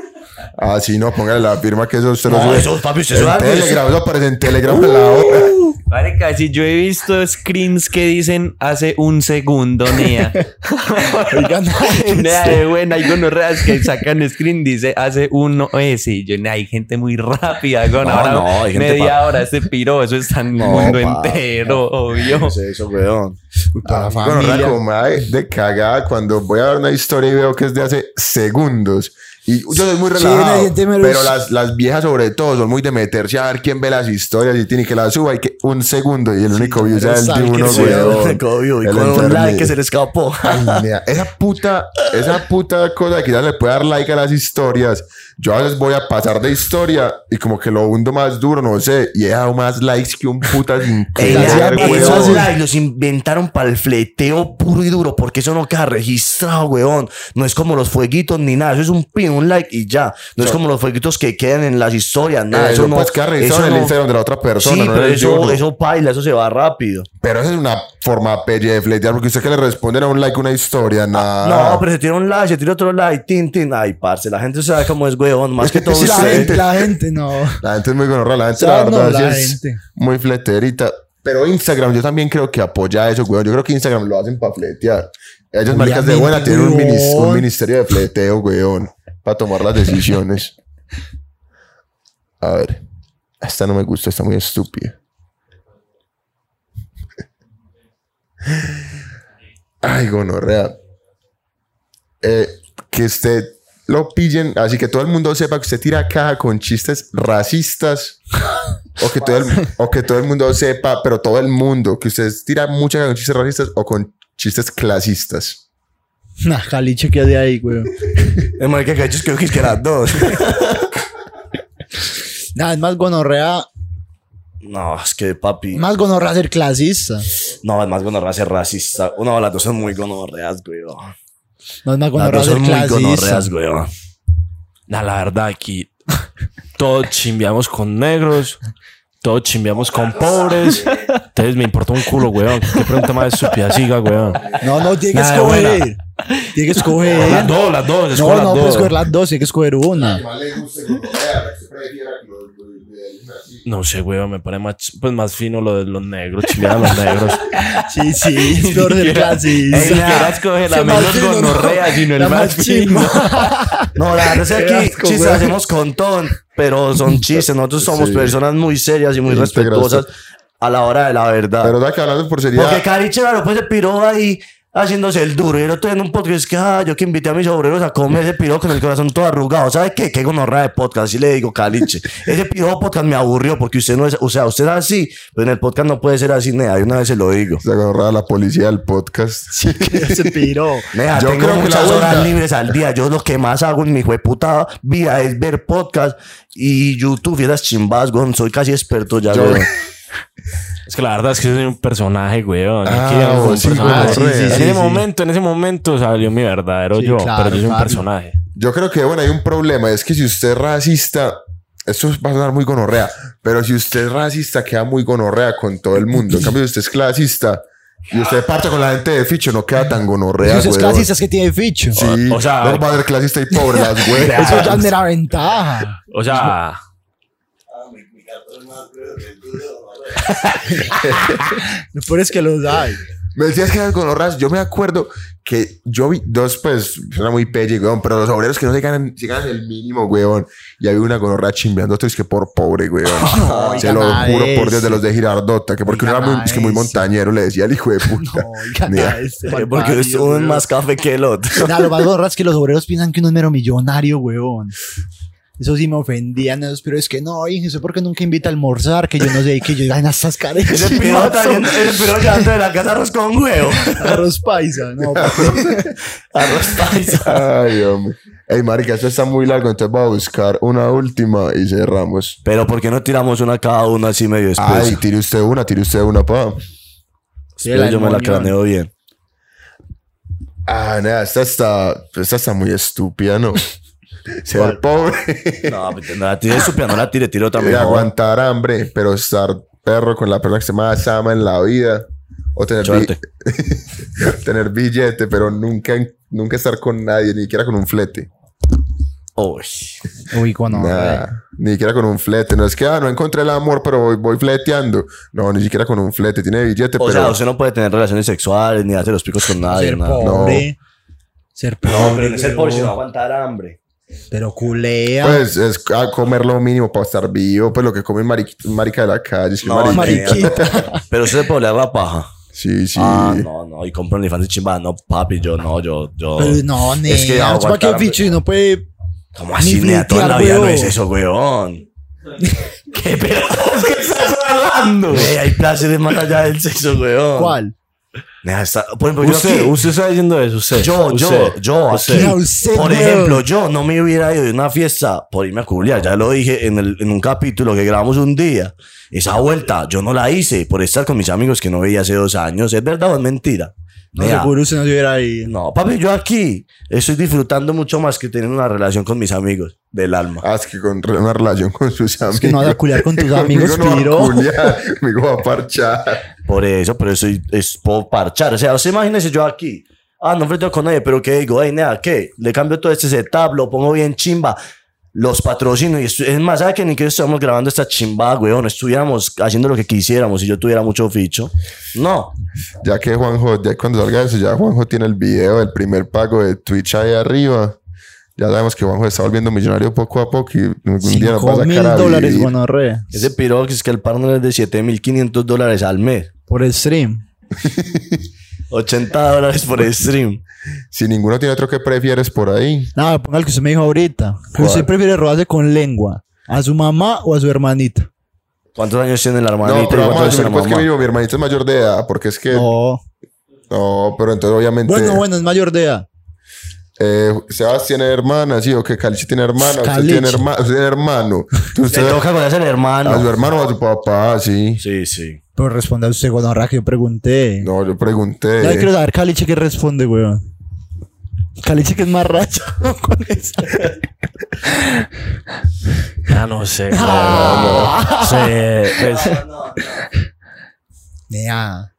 S2: Ah, sí, no, póngale la firma que eso usted lo
S6: No,
S2: sube.
S6: eso, papi, usted
S2: en
S6: sube-
S2: Telegram, eso aparece en Telegram a
S6: Uh,
S2: la hora.
S1: Marica, si yo he visto screens que dicen hace un segundo, Nea.
S5: Oigan,
S6: este.
S1: Nea de buena, hay gonorreas que sacan screen, dice hace uno S. Y yo, nea, hay gente muy rápida, con
S6: No,
S1: ahora
S6: no, hay gente
S1: media
S6: pa-
S1: hora este piro, eso está en el
S6: No,
S1: mundo
S6: pa-
S1: entero, obvio.
S6: Es eso, weón.
S5: para la
S2: Bueno,
S5: familia.
S2: Raco, madre, de cagada cuando voy a ver una historia y veo que es de hace segundos. Y yo soy muy
S5: Sí,
S2: relajado,
S5: nadie te me lo-
S2: pero las, las viejas sobre todo son muy de meterse a ver quién ve las historias y tiene que la suba y que un segundo y el único view sea el de
S5: sabe que
S2: uno,
S6: Sí,
S2: weón.
S6: obvio, y
S2: El
S6: con un
S2: enfermo.
S6: like que se le escapó.
S2: Ay, mira, esa puta, esa puta cosa de que ya le puede dar like a las historias. Yo a veces voy a pasar de historia y como que lo hundo más duro, no sé, y he dado más likes que un puta sin
S6: Ey,
S2: creer,
S6: ya,
S2: weón.
S6: esos likes los inventaron para el fleteo puro y duro, porque eso no queda registrado, weón. No es como los fueguitos ni nada, eso es un pin, un like y ya. No es como los fueguitos que quedan en las historias, nada.
S2: Eso,
S6: Eso, no
S2: pues queda registrado en el
S6: no-
S2: Instagram de la otra persona.
S6: Sí,
S2: no
S6: pero
S2: en el de
S6: eso,
S2: uno.
S6: eso baila, eso se va rápido.
S2: Pero esa es una forma pelle de fletear, porque usted que le responde a un like una historia, nada.
S6: Ah, No, pero se tira un like, se tira otro like, tin, tin. Ay, parce, la gente sabe cómo es, weón. Más que todo
S2: Sí,
S5: La
S2: sí.
S6: usted.
S5: gente, la gente, no.
S2: La gente es muy gonorra, la gente,
S5: O sea,
S2: la verdad,
S5: no, la
S2: sí es
S5: gente.
S2: muy fleterita. Pero Instagram, yo también creo que apoya eso, weón. Yo creo que Instagram lo hacen para fletear. Ellos, marcas de
S5: Obviamente,
S2: buena, tienen un, minis-
S5: weón.
S2: un ministerio de fleteo, weón, para tomar las decisiones. A ver. Esta no me gusta, está muy estúpida. Ay, gonorrea. Eh, que usted lo pillen, así que todo el mundo sepa que usted tira caja con chistes racistas. o, que todo el, o que todo el mundo sepa, pero todo el mundo, que usted tira mucha caja con chistes racistas o con chistes clasistas.
S5: Nah, Caliche, ¿qué de ahí, güey?
S6: Es más que cachos, creo que es que las dos.
S5: Nah, es más gonorrea,
S6: No, es que papi.
S5: más gonorrea ser clasista.
S6: No, es más gonorrea ser racista. No, las dos son muy gonorreas, weón.
S5: No es más
S6: Las
S5: gonorrea
S6: dos
S5: ser
S6: son muy
S5: clasista.
S6: gonorreas, weón.
S3: Nah, la verdad, aquí todos chimbeamos con negros, todos chimbeamos con pobres. Entonces me importa un culo, weón. Qué pregunta más estúpida, siga, weón.
S5: No, no, tiene que
S3: Nada,
S5: escoger.
S3: buena.
S5: Tiene que escoger.
S3: Las dos, las dos, es
S5: No,
S3: con
S5: no,
S3: las
S2: pues,
S5: puedes
S3: dos.
S5: escoger las dos, hay que escoger una.
S2: Más le gusta gonorrea, que usted prefiera que lo- lo- lo- lo- así.
S3: No sé, güey, me parece más, pues más fino lo de los negros, chimbear a los negros.
S5: Sí, sí, flor del casi.
S1: Ey, ni siquiera escoge la
S5: Se
S1: menos
S5: mantiene, ¿no?
S1: gonorrea, sino el
S5: La
S1: más
S5: más
S1: fino.
S6: No, la verdad es que
S5: Qué
S6: aquí
S5: asco,
S6: chistes
S5: güey.
S6: hacemos con ton, pero son chistes. Nosotros somos
S2: Sí.
S6: personas muy serias y muy
S2: Sí,
S6: respetuosas a la hora de la verdad.
S2: Pero ya que hablando por seriedad,
S6: Porque Carichera después se piró ahí haciéndose el duro. Y el otro día en un podcast que ah, yo que invité a mis obreros a comer ese piro con el corazón todo arrugado. ¿Sabe qué? Qué gonorra de podcast. Así le digo, Caliche. Ese piro podcast me aburrió porque usted no es, o sea, usted es así, pero en el podcast no puede ser así, nea. Y una vez se lo digo.
S2: se agarraba la policía del podcast.
S5: Se piró.
S6: Nea,
S2: Yo
S6: tengo
S2: creo que
S6: muchas
S2: la
S6: horas
S2: vuelta-
S6: libres al día. Yo lo que más hago en mi jueputa vida es ver podcast y YouTube y las chimbas, gon. Soy casi experto ya,
S2: Yo-
S6: weón.
S3: Es que la verdad es que soy un personaje, güey.
S2: Ah,
S3: aquí hago un
S2: sí,
S3: personaje.
S2: gonorrea.
S3: en
S5: sí,
S3: ese
S5: sí.
S3: momento, en ese momento salió mi verdadero
S5: Sí,
S3: yo,
S5: claro,
S3: pero yo soy un
S5: claro.
S3: personaje.
S2: Yo creo que, bueno, hay un problema. Es que si usted es racista, esto va a sonar muy gonorrea, pero si usted es racista, queda muy gonorrea con todo el mundo. En cambio, si usted es clasista y usted parte con la gente de ficho, no queda tan gonorrea.
S7: Esos
S2: huevón.
S7: clasistas que tiene ficho.
S2: Sí,
S3: O- o sea,
S2: no va a ser clasista y pobre las güeyes.
S7: Eso ya no era ventaja.
S3: O sea,
S5: Lo peor es que los hay.
S2: Me decías que eran gonorras. Yo me acuerdo que yo vi dos, pues, suena muy pelle, weón, pero los obreros que no se ganan, se ganan el mínimo, weón. Y había una gonorra chimbeando, otro es que por pobre, weón. se
S5: oiga,
S2: lo
S5: nada
S2: juro
S5: de
S2: por Dios
S5: eso.
S2: de los de Girardota, que porque uno
S5: Oiga,
S2: era muy,
S5: nada
S2: es que muy
S5: de eso.
S2: montañero, le decía al hijo de puta. Mira,
S6: Porque es un más café que el otro.
S7: Nah, lo más gorra es que los obreros piensan que uno es mero millonario, weón. Eso sí me ofendían esos, pero es que no, hijo, ¿sé por qué nunca invita a almorzar? Que yo no sé, que yo ganan estas caras.
S6: Ese piro también, ese piro llevando de la casa arroz con huevo.
S5: Arroz paisa, no.
S6: Arroz paisa.
S2: Ay, hombre. Ey, marica, esto está muy largo, entonces voy a buscar una última y cerramos.
S6: Pero ¿por qué no tiramos una cada uno así medio después?
S2: Ay, tire usted una, tire usted una, pa.
S6: Espera, yo me la craneo bien.
S2: Ah, nada, esta está, esta está muy estúpida, ¿no? Ser pobre.
S6: No, no la tire supia, no la tire, tiro
S2: de
S6: también.
S2: aguantar hambre, pero estar perro con la persona que se más ama en la vida. O tener, bi-
S6: Suerte.
S2: tener billete, pero nunca, nunca estar con nadie, ni siquiera con un flete.
S6: Uy.
S7: Uy, cuando.
S2: Nada, Ni siquiera con un flete. No es que, ah, no encontré el amor, pero voy, voy fleteando. No, ni siquiera con un flete. Tiene billete,
S6: O
S2: pero...
S6: sea, usted no puede tener relaciones sexuales ni hacer los picos con nadie.
S5: Ser
S6: nada.
S5: pobre. Ser pobre.
S6: sino aguantar hambre.
S5: Pero culea.
S2: pues es a comer lo mínimo para estar vivo, pues lo que come mari- marica de la calle. Es que
S6: No,
S2: marica-
S6: mariquita. Pero usted se puede oler la paja.
S2: Sí, sí.
S6: Ah, no, no. Y compra un infancia chimba. No, papi, yo no, yo, yo.
S7: Pero no, nea,
S6: Es que
S7: ¿para
S6: aguantar
S7: qué
S6: hambre.
S7: ficho y no puede.
S6: ¿Cómo así,
S7: Ni
S6: nea? Toda la
S7: flirtear,
S6: vida no
S7: huevón.
S6: es eso, weón. ¿Qué pedo? ¿Qué estás hablando? Nea, hay placeres más allá del sexo, weón.
S7: ¿Cuál?
S6: Nea, está, por ejemplo, yo
S3: usted,
S6: aquí-
S3: usted está diciendo eso, usted.
S6: Yo,
S3: usted.
S6: yo, yo,
S3: Usted.
S6: aquí,
S7: No, usted,
S6: por
S7: weón.
S6: ejemplo, yo no me hubiera ido de una fiesta por irme a culiar. Ya lo dije en, el- en un capítulo que grabamos un día. Esa vuelta yo no la hice por estar con mis amigos que no veía hace dos años. ¿Es verdad o es mentira?
S5: No,
S6: Vea,
S5: seguro usted no se hubiera ido.
S6: no, papi, yo aquí estoy disfrutando mucho más que tener una relación con mis amigos del alma.
S2: Ah, es que con re- una relación con sus amigos.
S7: que no vas a culiar con tus
S2: Conmigo
S7: amigos,
S2: no va a
S7: piro.
S2: culiar, conmigo va a parchar.
S6: Por eso, pero eso es por parchar. O sea, usted imagínese yo aquí. Ah, no fleteo con nadie, pero ¿qué digo? Ey, nea, ¿qué? Le cambio todo este setup, lo pongo bien chimba. Los patrocino y estu- es más, ¿sabes que ni que estuviéramos grabando esta chimba, weón? Estuviéramos haciendo lo que quisiéramos si yo tuviera mucho ficho. No.
S2: Ya que Juanjo, ya cuando salga eso, ya Juanjo tiene el video del primer pago de Twitch ahí arriba. Ya sabemos que Juanjo está volviendo millonario poco a poco y algún día nos va
S7: Cinco
S2: a sacar
S7: mil
S2: a
S7: dólares,
S2: vivir.
S7: gonorrea.
S6: Ese piro que es que el partner es de 7500 dólares al mes.
S7: Por stream.
S6: 80 dólares por stream.
S2: Si ninguno tiene otro que prefieres por ahí.
S7: Nada, ponga el que usted me dijo ahorita.
S2: ¿Cuál?
S7: ¿Usted prefiere robarse con lengua? ¿A su mamá o a su hermanita?
S6: ¿Cuántos años tiene la hermanita?
S2: No, pero
S6: ¿Y
S2: vamos a
S6: cuántos
S2: asumir
S6: tiene la
S2: pues que
S6: mamá?
S2: mi, mi hermanito es mayor de edad, porque
S3: Eh,
S2: es que... No,
S7: No.
S2: pero entonces obviamente...
S7: Bueno, bueno, es mayor de edad.
S2: Eh, Sebas tiene hermana, sí, o que Caliche tiene hermana, usted
S7: Caliche.
S2: tiene, herma- usted tiene hermano. Entonces
S6: Le
S2: usted
S6: toca conocer
S2: a su
S5: Ah,
S6: al hermano.
S2: hermano o a su papá, sí.
S6: Sí, sí.
S7: Pero responda usted, gonorrea, que yo pregunté.
S2: No, yo pregunté.
S3: eh.
S7: Ya quiero saber Caliche que responde, weón. Caliche que es más racho con esa.
S3: Ah, no sé. güey,
S2: ah,
S3: no, no. Sé, pues,
S7: Nea.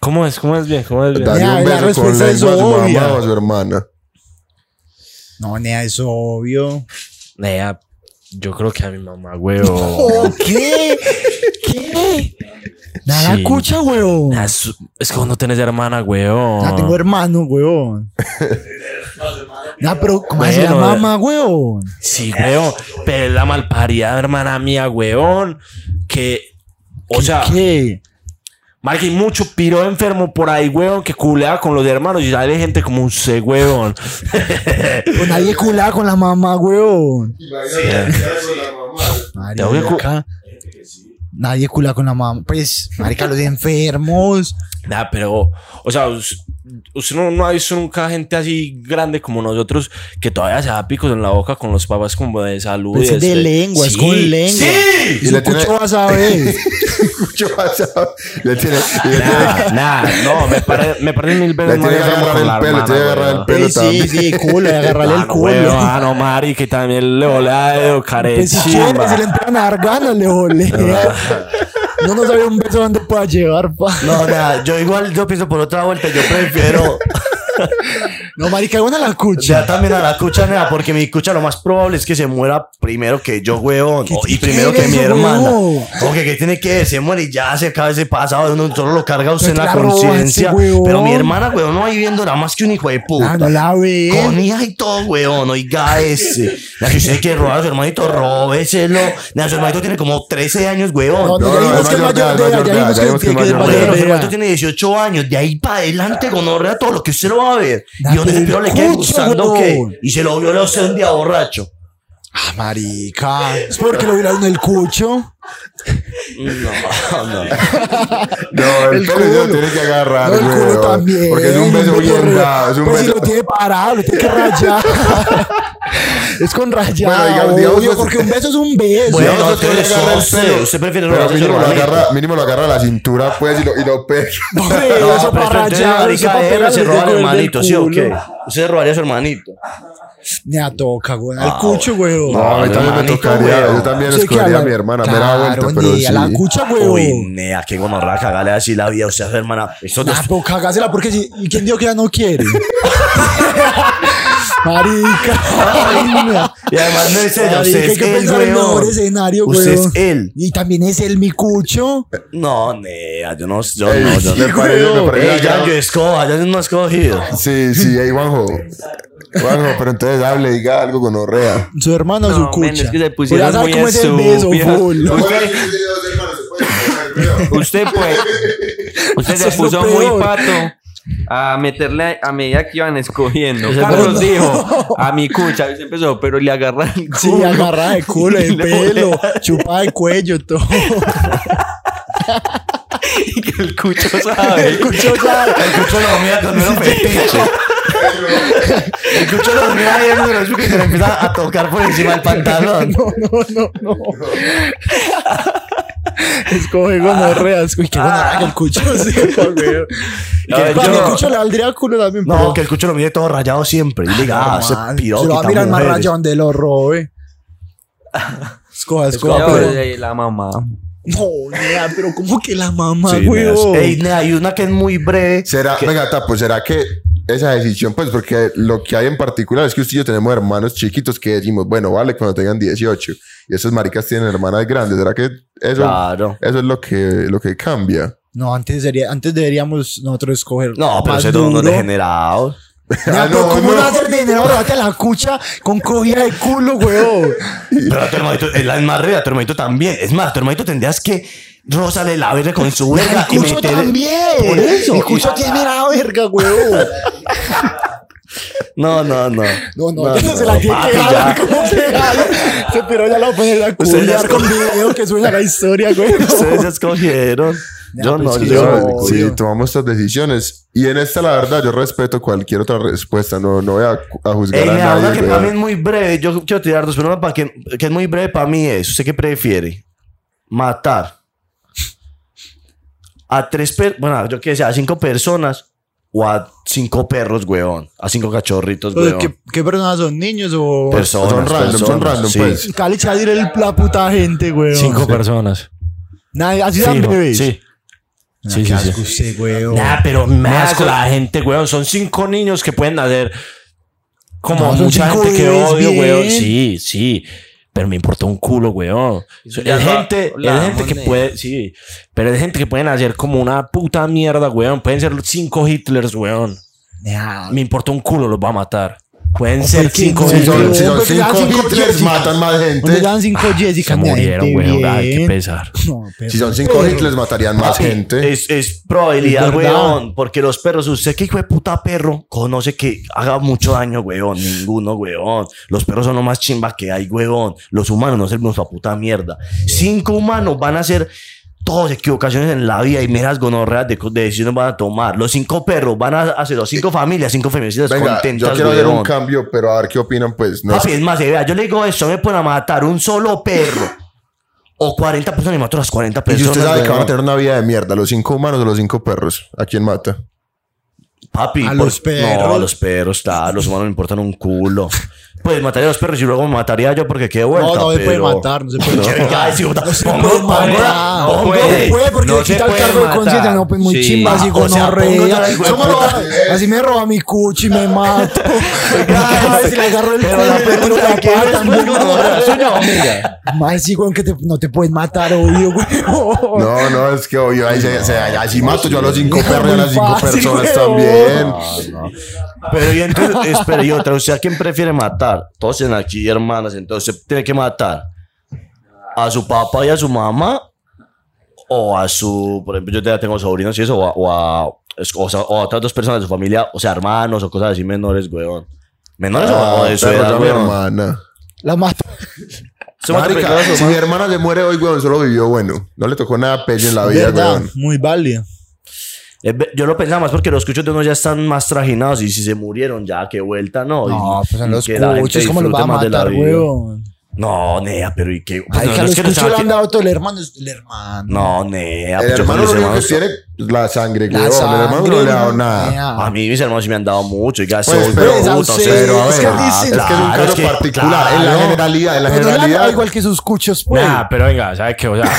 S3: ¿Cómo es? ¿Cómo es bien? ¿Cómo es bien?
S2: Dale
S7: Ya,
S2: un
S7: la
S2: beso con
S7: respuesta es
S2: lengua a su mamá
S7: obvia.
S2: o a su hermana.
S7: No, nea, es obvio.
S3: Nea, Yo creo que a mi mamá, huevo.
S5: ¿O qué? ¿Qué? Nada
S3: Sí.
S5: cucha, weón.
S3: Ah, su- Es que vos no tenés hermana, huevo.
S5: Ah, tengo hermano, weón. Nah, pero ¿cómo se la
S3: Bueno, eh.
S5: mamá, weón?
S3: Sí, weón. Pero es la malparida, hermana mía, weón. Que. O sea,
S5: ¿Qué?
S3: Marca, hay mucho piro enfermo por ahí, weón, que culea con los hermanos y sale gente como un C, weón.
S5: Pues nadie culaba con la mamá, weón.
S3: Tengo que cu-
S5: Marica. Nadie culaba con la mamá. Pues, marica, los enfermos.
S3: Nah, pero, o sea, us- usted no, no ha visto nunca gente así grande como nosotros que todavía se da picos en la boca con los papás como de salud.
S5: Pues
S3: y
S5: es de
S3: este-
S5: lengua, es
S3: Sí,
S5: con lengua.
S3: Sí.
S2: Y
S5: Su
S2: le tiene-
S5: cucho vas a ver.
S2: Yo pasaba- Le tiene, y le tiene,
S3: Nah, nah, no, me parece me pare mil
S2: le
S3: veces más
S2: tiene que
S3: enfermo
S2: agarrar
S3: con la
S2: el pelo, le tiene
S3: hermana,
S2: que agarrar
S3: weón.
S2: el pelo
S5: Pues, Sí,
S2: también.
S5: sí, sí, culo, agarrarle
S3: Ah,
S5: el
S3: no,
S5: culo.
S3: weón, ah, no, Mari, que también le volea de
S5: Pues si quiere, si le
S3: carechiva.
S5: empiezan a dar ganas, le volea. No nos había un beso dónde pueda llevar, pa.
S6: No, nada, yo igual, yo pienso por otra vuelta, yo prefiero
S5: No, marica, buena la cucha.
S6: ya también a la cucha, nena, porque mi cucha lo más probable es que se muera primero que yo, weón, o- y
S5: qué
S6: primero que
S5: eres,
S6: mi hermana.
S5: weón?
S6: Porque que tiene que ver, se muere y ya se acaba ese pasado, uno solo lo carga usted en
S5: Pero
S6: la
S5: te la robaste,
S6: conciencia.
S5: weón.
S6: Pero mi hermana, weón, no va viviendo nada más que un hijo de puta.
S5: Ah, no la ve.
S6: Con hija y todo, weón. Oiga, ese. La que usted quiere robar a su hermanito, róbeselo. Nah, su hermanito tiene como 13 años, weón.
S5: No,
S2: No,
S5: ya
S2: no,
S5: vimos
S2: es
S5: que es
S2: mayor de
S5: mayor
S2: edad,
S5: de edad,
S2: mayor
S5: ya
S2: de edad,
S5: vimos
S2: ya
S5: que
S2: vimos que es
S5: tiene que
S2: mayor de
S5: ser
S2: edad.
S6: Bueno,
S5: mayor de
S6: su
S5: edad.
S6: hermanito tiene 18 años. De ahí para adelante, gonorrea todo lo que usted lo va a ver.
S5: Nah,
S6: Y donde
S5: pero
S6: el piro le
S5: el
S6: quede
S5: cucho,
S6: gustando, ¿qué?
S5: weón.
S6: Y se lo viola usted un día borracho.
S5: Ah, marica. Es porque lo vieron en el cucho.
S2: No, el,
S5: El
S2: pelo se lo
S5: culo.
S2: tiene que agarrar,
S5: No, el culo
S2: weón,
S5: también.
S2: Porque es un beso
S5: Hombre,
S2: bien
S5: re-
S2: dado, es un
S5: pues si
S2: beso.
S5: lo tiene parado, lo tiene que rayar. es con
S2: Bueno,
S5: rayado,
S2: digamos, digamos,
S5: obvio,
S2: pues-
S5: porque un beso es un beso.
S6: Bueno,
S2: Digamos,
S6: no,
S2: tiene que
S6: entonces,
S2: agarrar el
S6: usted-
S2: pelo,
S6: usted prefiere
S2: pero
S6: robarse
S2: mínimo
S6: su
S2: lo
S6: hermanito.
S2: agarra, mínimo lo agarra a la cintura, pues, y lo, y lo pega.
S5: Hombre, eso
S6: pero
S5: para
S6: entonces,
S5: rayar.
S6: marica,
S5: eso para
S6: déjela,
S5: pegar,
S6: se
S5: le
S6: roba al
S5: tengo el
S6: hermanito, ¿sí o
S5: culo.
S6: qué? Usted se robaría a su hermanito.
S5: Me atoca, güey. Al cucho, güey.
S2: Ah, No, a mí
S6: mi
S2: también me
S6: hermanito,
S2: tocaría.
S6: weón.
S2: Yo también
S5: Sí, que
S2: escogería a
S5: habla-
S2: mi hermana. Me da
S5: Claro,
S2: vuelta, pero
S5: ni
S2: sí.
S5: a la cucha,
S6: Uy,
S5: güey.
S6: nea, qué gonorrea, cagale así la vida. Usted a su hermana. Esos dos
S5: Nah, pero cagásela porque si. ¿Y quién dijo que ya no quiere? Marica.
S6: Y además no es ella,
S5: Marica,
S6: usted
S5: hay
S6: es
S5: que
S6: él,
S5: pensar en el mejor
S6: weón.
S5: escenario,
S6: Usted
S5: güey.
S6: es él.
S5: Y también es el micucho.
S6: No, nea, yo no, yo
S2: Ey,
S6: no, yo
S2: sí,
S6: no.
S2: me parece- me parece
S6: Ey, ya,
S2: que-
S6: yo escoja, ya no has cogido.
S2: Sí, sí, ahí Juanjo. Juanjo, pero entonces hable, diga algo con Orrea.
S5: Su hermano o su
S1: No, men,
S5: cucha.
S1: es que se
S5: Pues
S1: pusieron
S5: ya sabe
S1: muy
S5: cómo es el beso,
S1: estúpidas.
S5: full.
S1: Usted pues, usted
S5: Eso
S1: se
S5: es lo
S1: puso muy
S5: peor.
S1: pato a meterle a, a medida que iban escogiendo.
S5: Eso es
S1: Carlos
S5: verdad.
S1: dijo a mi cucha, y se empezó, pero le agarra el culo.
S5: Sí, agarrada de culo,
S1: Y le
S5: de pelo,
S1: volea.
S5: chupada de cuello, todo.
S1: Y que el cucho sabe.
S5: El cucho sabe.
S6: El cucho lo mira con menos fetiche. El cucho lo mira y el número que se le empieza a tocar por encima del pantalón.
S5: No, no, no, no. Escoge
S6: Ah.
S5: gonorreas. Uy, qué gonorrea que el cucho sí, güey.
S6: No,
S5: Para mí el
S6: yo-
S5: cucho le valdría culo también.
S6: No,
S5: pero-
S6: que el cucho lo mire todo rayado siempre. Y diga, ah, ese
S5: Normal.
S6: piro
S5: Se lo va a
S6: quita
S5: mirar más
S6: mujeres.
S5: rayón de lo robe. Escoja, escoja,
S1: Ya,
S5: pero...
S1: eh, La mamá.
S5: No, nea, pero ¿cómo que la mamá,
S6: pues. Sí,
S5: güey?
S6: nea, Ey, nea, hay una que es muy breve.
S2: Será, venga, Tapo, ¿será que esa decisión, pues, porque lo que hay en particular es que usted y yo tenemos hermanos chiquitos que decimos, bueno, vale, cuando tengan 18, y esas maricas tienen hermanas grandes, ¿será que eso,
S6: Claro.
S2: eso es lo que, lo que cambia?
S5: No, antes, sería, antes deberíamos nosotros escoger.
S6: No, pero
S5: más
S6: ese es uno
S5: duro.
S6: degenerado.
S5: Nea,
S2: Ah,
S5: pero
S2: no,
S5: ¿Cómo
S2: no.
S5: no hacer degenerado? Date la cucha con cogida de culo, güey.
S6: Pero a tu hermanito, es la más real, a tu hermanito también. Es más, a tu hermanito tendrías que rozarle la verga con su verga y
S5: El cucho
S6: meter-
S5: también.
S6: Por eso.
S5: El cucho tiene la verga, güey.
S6: No, no, no.
S5: No, no, no, se la
S6: no,
S5: tiene que
S6: papi,
S5: dar.
S6: ya.
S5: ¿Cómo se jala? Se pero ya la va a poner a
S6: Ustedes ya
S5: culiar con video que suena la historia, güey.
S6: Ustedes ya escogieron. Yo
S5: pues
S6: no,
S5: sí,
S6: yo
S5: no,
S6: no.
S2: si tomamos estas decisiones. Y en esta, la verdad, yo respeto cualquier otra respuesta. No, no voy a, a juzgar
S6: Ey,
S2: a
S6: mira, una
S2: nadie.
S6: Eh, que para mí es
S2: weón.
S6: muy breve. Yo quiero tirar dos, pero una para que, que es muy breve para mí es: ¿Usted qué prefiere? Matar a tres per... Bueno, yo qué sé, a cinco personas o a cinco perros, weón. A cinco cachorritos, weón. Pues-
S5: ¿Qué, ¿Qué personas son? ¿Niños o...?
S6: Personas,
S2: Son random, son
S6: personas,
S2: random,
S6: sí.
S2: pues.
S5: Cali se va a ir el- la puta gente, güey.
S3: Cinco personas.
S5: Nadie, así dan
S3: Fijo,
S5: bebés. Ah,
S3: Sí. Sí, sí, sí.
S5: Usted, güey.
S3: Nah, pero más con la gente, weón. Son cinco niños que pueden hacer como
S5: No, son
S3: mucha
S5: cinco
S3: gente que
S5: bebés,
S3: odio,
S5: bien.
S3: weón. Sí, sí. Pero me importó un culo, weón.
S1: Eso ya
S3: Es
S1: lo
S3: gente, es
S1: hablábamos
S3: gente que
S1: de-
S3: puede, sí, pero es gente que pueden hacer como una puta mierda, weón. Pueden ser cinco Hitlers, weón. Me importa un culo, los va a matar. Pueden ser cinco
S2: Si son,
S3: Hitlers.
S2: si son
S5: Hombre, ya
S2: cinco
S5: cinco
S2: Hitlers,
S5: Jessicas.
S2: matan más
S5: Donde
S2: gente.
S5: dan cinco Jessica.
S3: Se murieron, weón. Ay, qué pesar.
S2: Si son cinco Hitlers, matarían más gente.
S6: Es, es probabilidad,
S5: Es verdad.
S6: weón. Porque los perros, usted que hijo de puta perro, conoce que haga mucho daño, weón. Ninguno, weón. Los perros son lo más chimba que hay, weón. Los humanos no servimos para puta mierda. Cinco humanos van a hacer todas equivocaciones en la vida y meras gonorreas de, co- de decisiones van a tomar. Los cinco perros van a hacer los cinco familias, cinco feminicidas
S2: Eh, Venga,
S6: Pues contentas,
S2: yo quiero ver
S6: weón.
S2: un cambio, pero a ver qué opinan, pues. No,
S6: Papi, es más, eh, vea, yo le digo eso, me pueden matar un solo perro. O 40 personas y mato a las 40
S2: y
S6: personas.
S2: usted sabe que van a
S6: weón.
S2: tener una vida de mierda, los cinco humanos o los cinco perros. ¿A quién mata?
S6: Papi,
S5: A
S6: por-
S5: los perros.
S6: No, a los perros, claro, los humanos me importan un culo. Pues mataría a los perros y luego me mataría yo porque qué vuelta.
S5: No, no se puede
S6: pero-
S5: matar, no se puede matar.
S6: Ya, sí, puta, pongo-
S5: puede
S6: pongo-
S5: matar.
S6: pongo-
S5: No puede, porque
S1: no
S5: le
S1: se
S5: quita el
S1: puede
S5: cargo de
S1: matar.
S5: conciencia. No, pues muy
S1: Sí.
S5: chimba, así
S6: O sea, pongo otra
S5: gonorrea.
S6: vez, güey,
S5: ¿Cómo lo
S6: puta.
S5: hace? Así me roba mi cuchi, me mato. Cada vez le agarro el
S6: Pero la
S5: culo,
S6: pregunta
S5: la
S6: que es,
S5: pata,
S6: pues,
S5: no.
S6: gonorrea, ¿suya o mía?
S5: Más sí, güey, que te- no te pueden matar, obvio, güey.
S2: No, no, es que obvio, ahí se- se- así mato yo a los cinco perros y a las cinco
S5: Muy fácil,
S2: personas
S5: weón.
S2: también.
S6: Pero y entonces, espera, y otra, o sea, ¿quién prefiere matar? Todos en aquí, hermanas, entonces tiene que matar a su papá y a su mamá o a su, por ejemplo, yo ya tengo sobrinos y eso, o a, o a, es- o sea, o a otras dos personas de su familia, o sea, hermanos o cosas así menores, weón. Menores o- o
S2: Ah,
S6: de su
S2: perro,
S6: edad,
S2: ya mi
S6: weón.
S2: hermana.
S5: La mato.
S6: Somos
S2: Marica,
S6: peligrosos,
S2: si mi hermana se muere hoy, weón, solo vivió bueno. No le tocó nada pelle en la vida,
S5: ¿Verdad?
S2: Ah, weón.
S5: Muy válido.
S6: Es ve- Yo lo pensaba más porque los cuchos de uno ya están más trajinados y si se murieron ya, qué vuelta, no. Y-
S5: No, pues
S6: y
S5: en los
S6: que la gente
S5: cuchos, ¿cómo los
S6: disfrute
S5: va a
S6: más de la
S5: matar,
S6: vida.
S5: weón?
S6: No, nea, pero ¿y qué? Pues
S5: Ay,
S6: no,
S5: que
S6: no
S5: a
S6: es
S5: los
S6: que no
S5: cuchos
S6: estaba
S5: le
S6: aquí-
S5: han dado todo el hermano, es el hermano.
S6: No, nea.
S2: El
S6: pues yo con
S2: hermano
S6: mis
S2: lo único que
S6: hermanos-
S2: tiene es la sangre, weón. El hermano no
S5: sangre,
S2: le ha dado
S5: ¿no?
S2: nada.
S5: Mea.
S6: A mí mis hermanos sí me han dado mucho. Y gas,
S2: Pues,
S6: sol,
S2: pero,
S6: puta,
S5: pues,
S6: o sea,
S5: pero,
S6: ah,
S5: a ver,
S2: Es que es un
S6: claro,
S2: caso
S6: que-
S2: particular.
S6: claro.
S2: En la generalidad, en la
S5: Pero no le han dado
S2: generalidad.
S5: igual que sus cuchos, pues.
S3: Nah, Ah, pero venga, ¿sabes qué? O sea,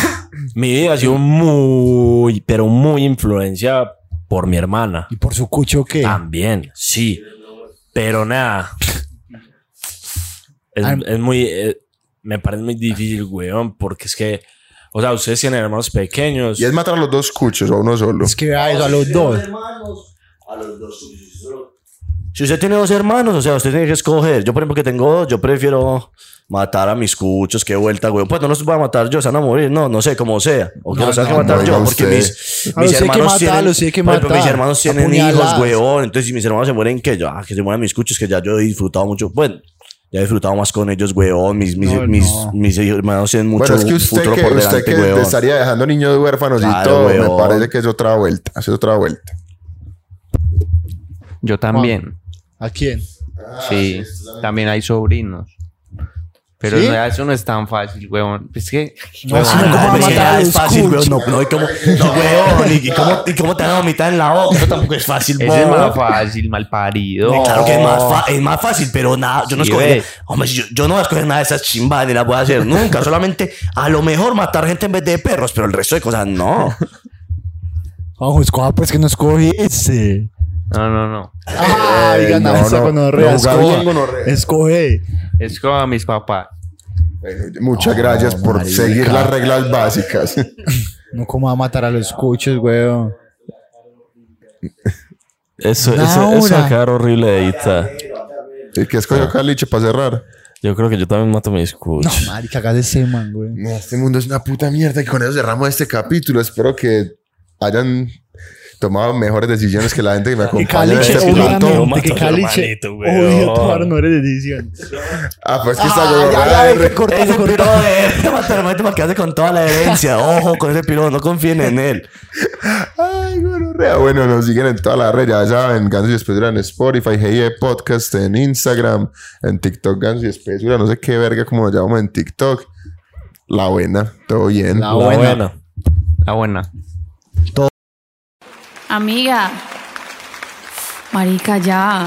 S3: mi vida ha sido muy, pero muy influenciada por mi hermana.
S5: ¿Y por su cucho qué?
S3: También, sí. Pero nada. Es,
S5: Am-
S3: es muy. eh, me parece muy difícil, weón, porque es que. O sea, ustedes tienen hermanos pequeños.
S2: Y es matar a los dos cuchos o a uno solo.
S5: Es que a eso, a los dos.
S6: Si usted tiene dos hermanos, o sea, usted tiene que escoger. Yo, por ejemplo, que tengo dos, yo prefiero matar a mis cuchos. Qué vuelta, güey. Pues no los voy a matar yo, se van a morir. No, no sé, como sea. O que
S5: No,
S6: los tenga
S5: no,
S6: que matar
S2: no,
S6: yo,
S2: diga
S6: porque
S2: usted.
S6: mis,
S5: A los hay
S6: mis
S5: que
S6: hermanos
S5: matar,
S6: tienen.
S5: los hay que
S6: por ejemplo,
S5: matar.
S6: mis hermanos tienen hijos,
S5: Apuñaladas.
S6: weón. Entonces, si mis hermanos se mueren, que yo, ah, que se mueran mis cuchos, que ya yo he disfrutado mucho. Bueno. Ya he disfrutado más con ellos, weón. Mis, mis, mis, mis hermanos tienen mucho
S2: Bueno, es que usted
S6: futuro
S2: que,
S6: por
S2: usted
S6: delante,
S2: que
S6: weón.
S2: estaría dejando niños huérfanos y
S6: Claro,
S2: todo,
S6: weón.
S2: me parece que es otra vuelta. Es otra vuelta.
S1: Yo también.
S5: ¿A quién?
S1: Ah, sí. También hay sobrinos. Pero
S5: ¿Sí?
S1: no, eso no es tan fácil, huevón. Es que
S5: No, si no,
S6: Ah,
S5: ¿cómo va a
S6: pues
S5: matar
S6: ya
S5: a
S6: es
S5: los
S6: fácil, weón.
S5: cuchos?
S6: No, no, y cómo, no, weón. ¿Y, y cómo, y cómo te van a vomitar en la boca? Eso tampoco es fácil,
S1: ese es
S6: weón. Eh,
S1: más fácil, mal parido.
S6: Claro que es más, fa- es más fácil, pero nada, yo no
S1: Sí,
S6: escogería-
S1: ve.
S6: Hombre, yo, yo no voy a escoger nada de esas chimbas ni las voy a hacer nunca. Solamente a lo mejor matar gente en vez de perros, pero el resto de cosas no.
S5: Ojo, escoja, pues que no escoge ese.
S1: No, no, no.
S5: Ah,
S2: Eh,
S5: digan,
S2: no,
S5: no, esa
S2: no,
S5: gonorrea,
S2: no, Gabriel
S5: escoja.
S2: gonorrea.
S5: Escoge.
S1: Es como a mis papás.
S2: Bueno, muchas gracias por
S5: marica.
S2: seguir las reglas básicas.
S5: No, ¿cómo va a matar a los cuchos, weón?
S3: Eso,
S5: Una
S3: eso, eso va a
S5: hora.
S3: quedar horrible de editar.
S2: ¿Y ¿Qué escogió Caliche para cerrar?
S3: Yo creo que yo también mato mis
S5: No,
S3: cuchos.
S5: marica, hagas ese man, güey.
S2: No, Este mundo es una puta mierda y con eso cerramos este capítulo. Espero que hayan tomado mejores decisiones que la gente que me
S5: Que
S2: acompaña en
S5: Caliche,
S2: este punto.
S5: obviamente, que Caliche odio tomar menores de edición.
S2: Ah, pues que
S5: Ah,
S2: está
S5: ya, ya,
S2: gonorrea.
S5: ya, cortalo,
S6: Ese
S5: cortalo.
S6: piro de matemático para quedarse con toda la herencia. Ojo con ese piro, no confíen en él.
S2: Ay, gonorrea. Bueno, nos siguen en todas las redes. Ya saben, Ganso y Espesura en Spotify, GIE Podcast, en Instagram, en TikTok, Ganso y Espesura. No sé qué verga como nos llamamos en TikTok. La buena, todo bien.
S3: La buena.
S1: La buena.
S8: Amiga. Marica, ya.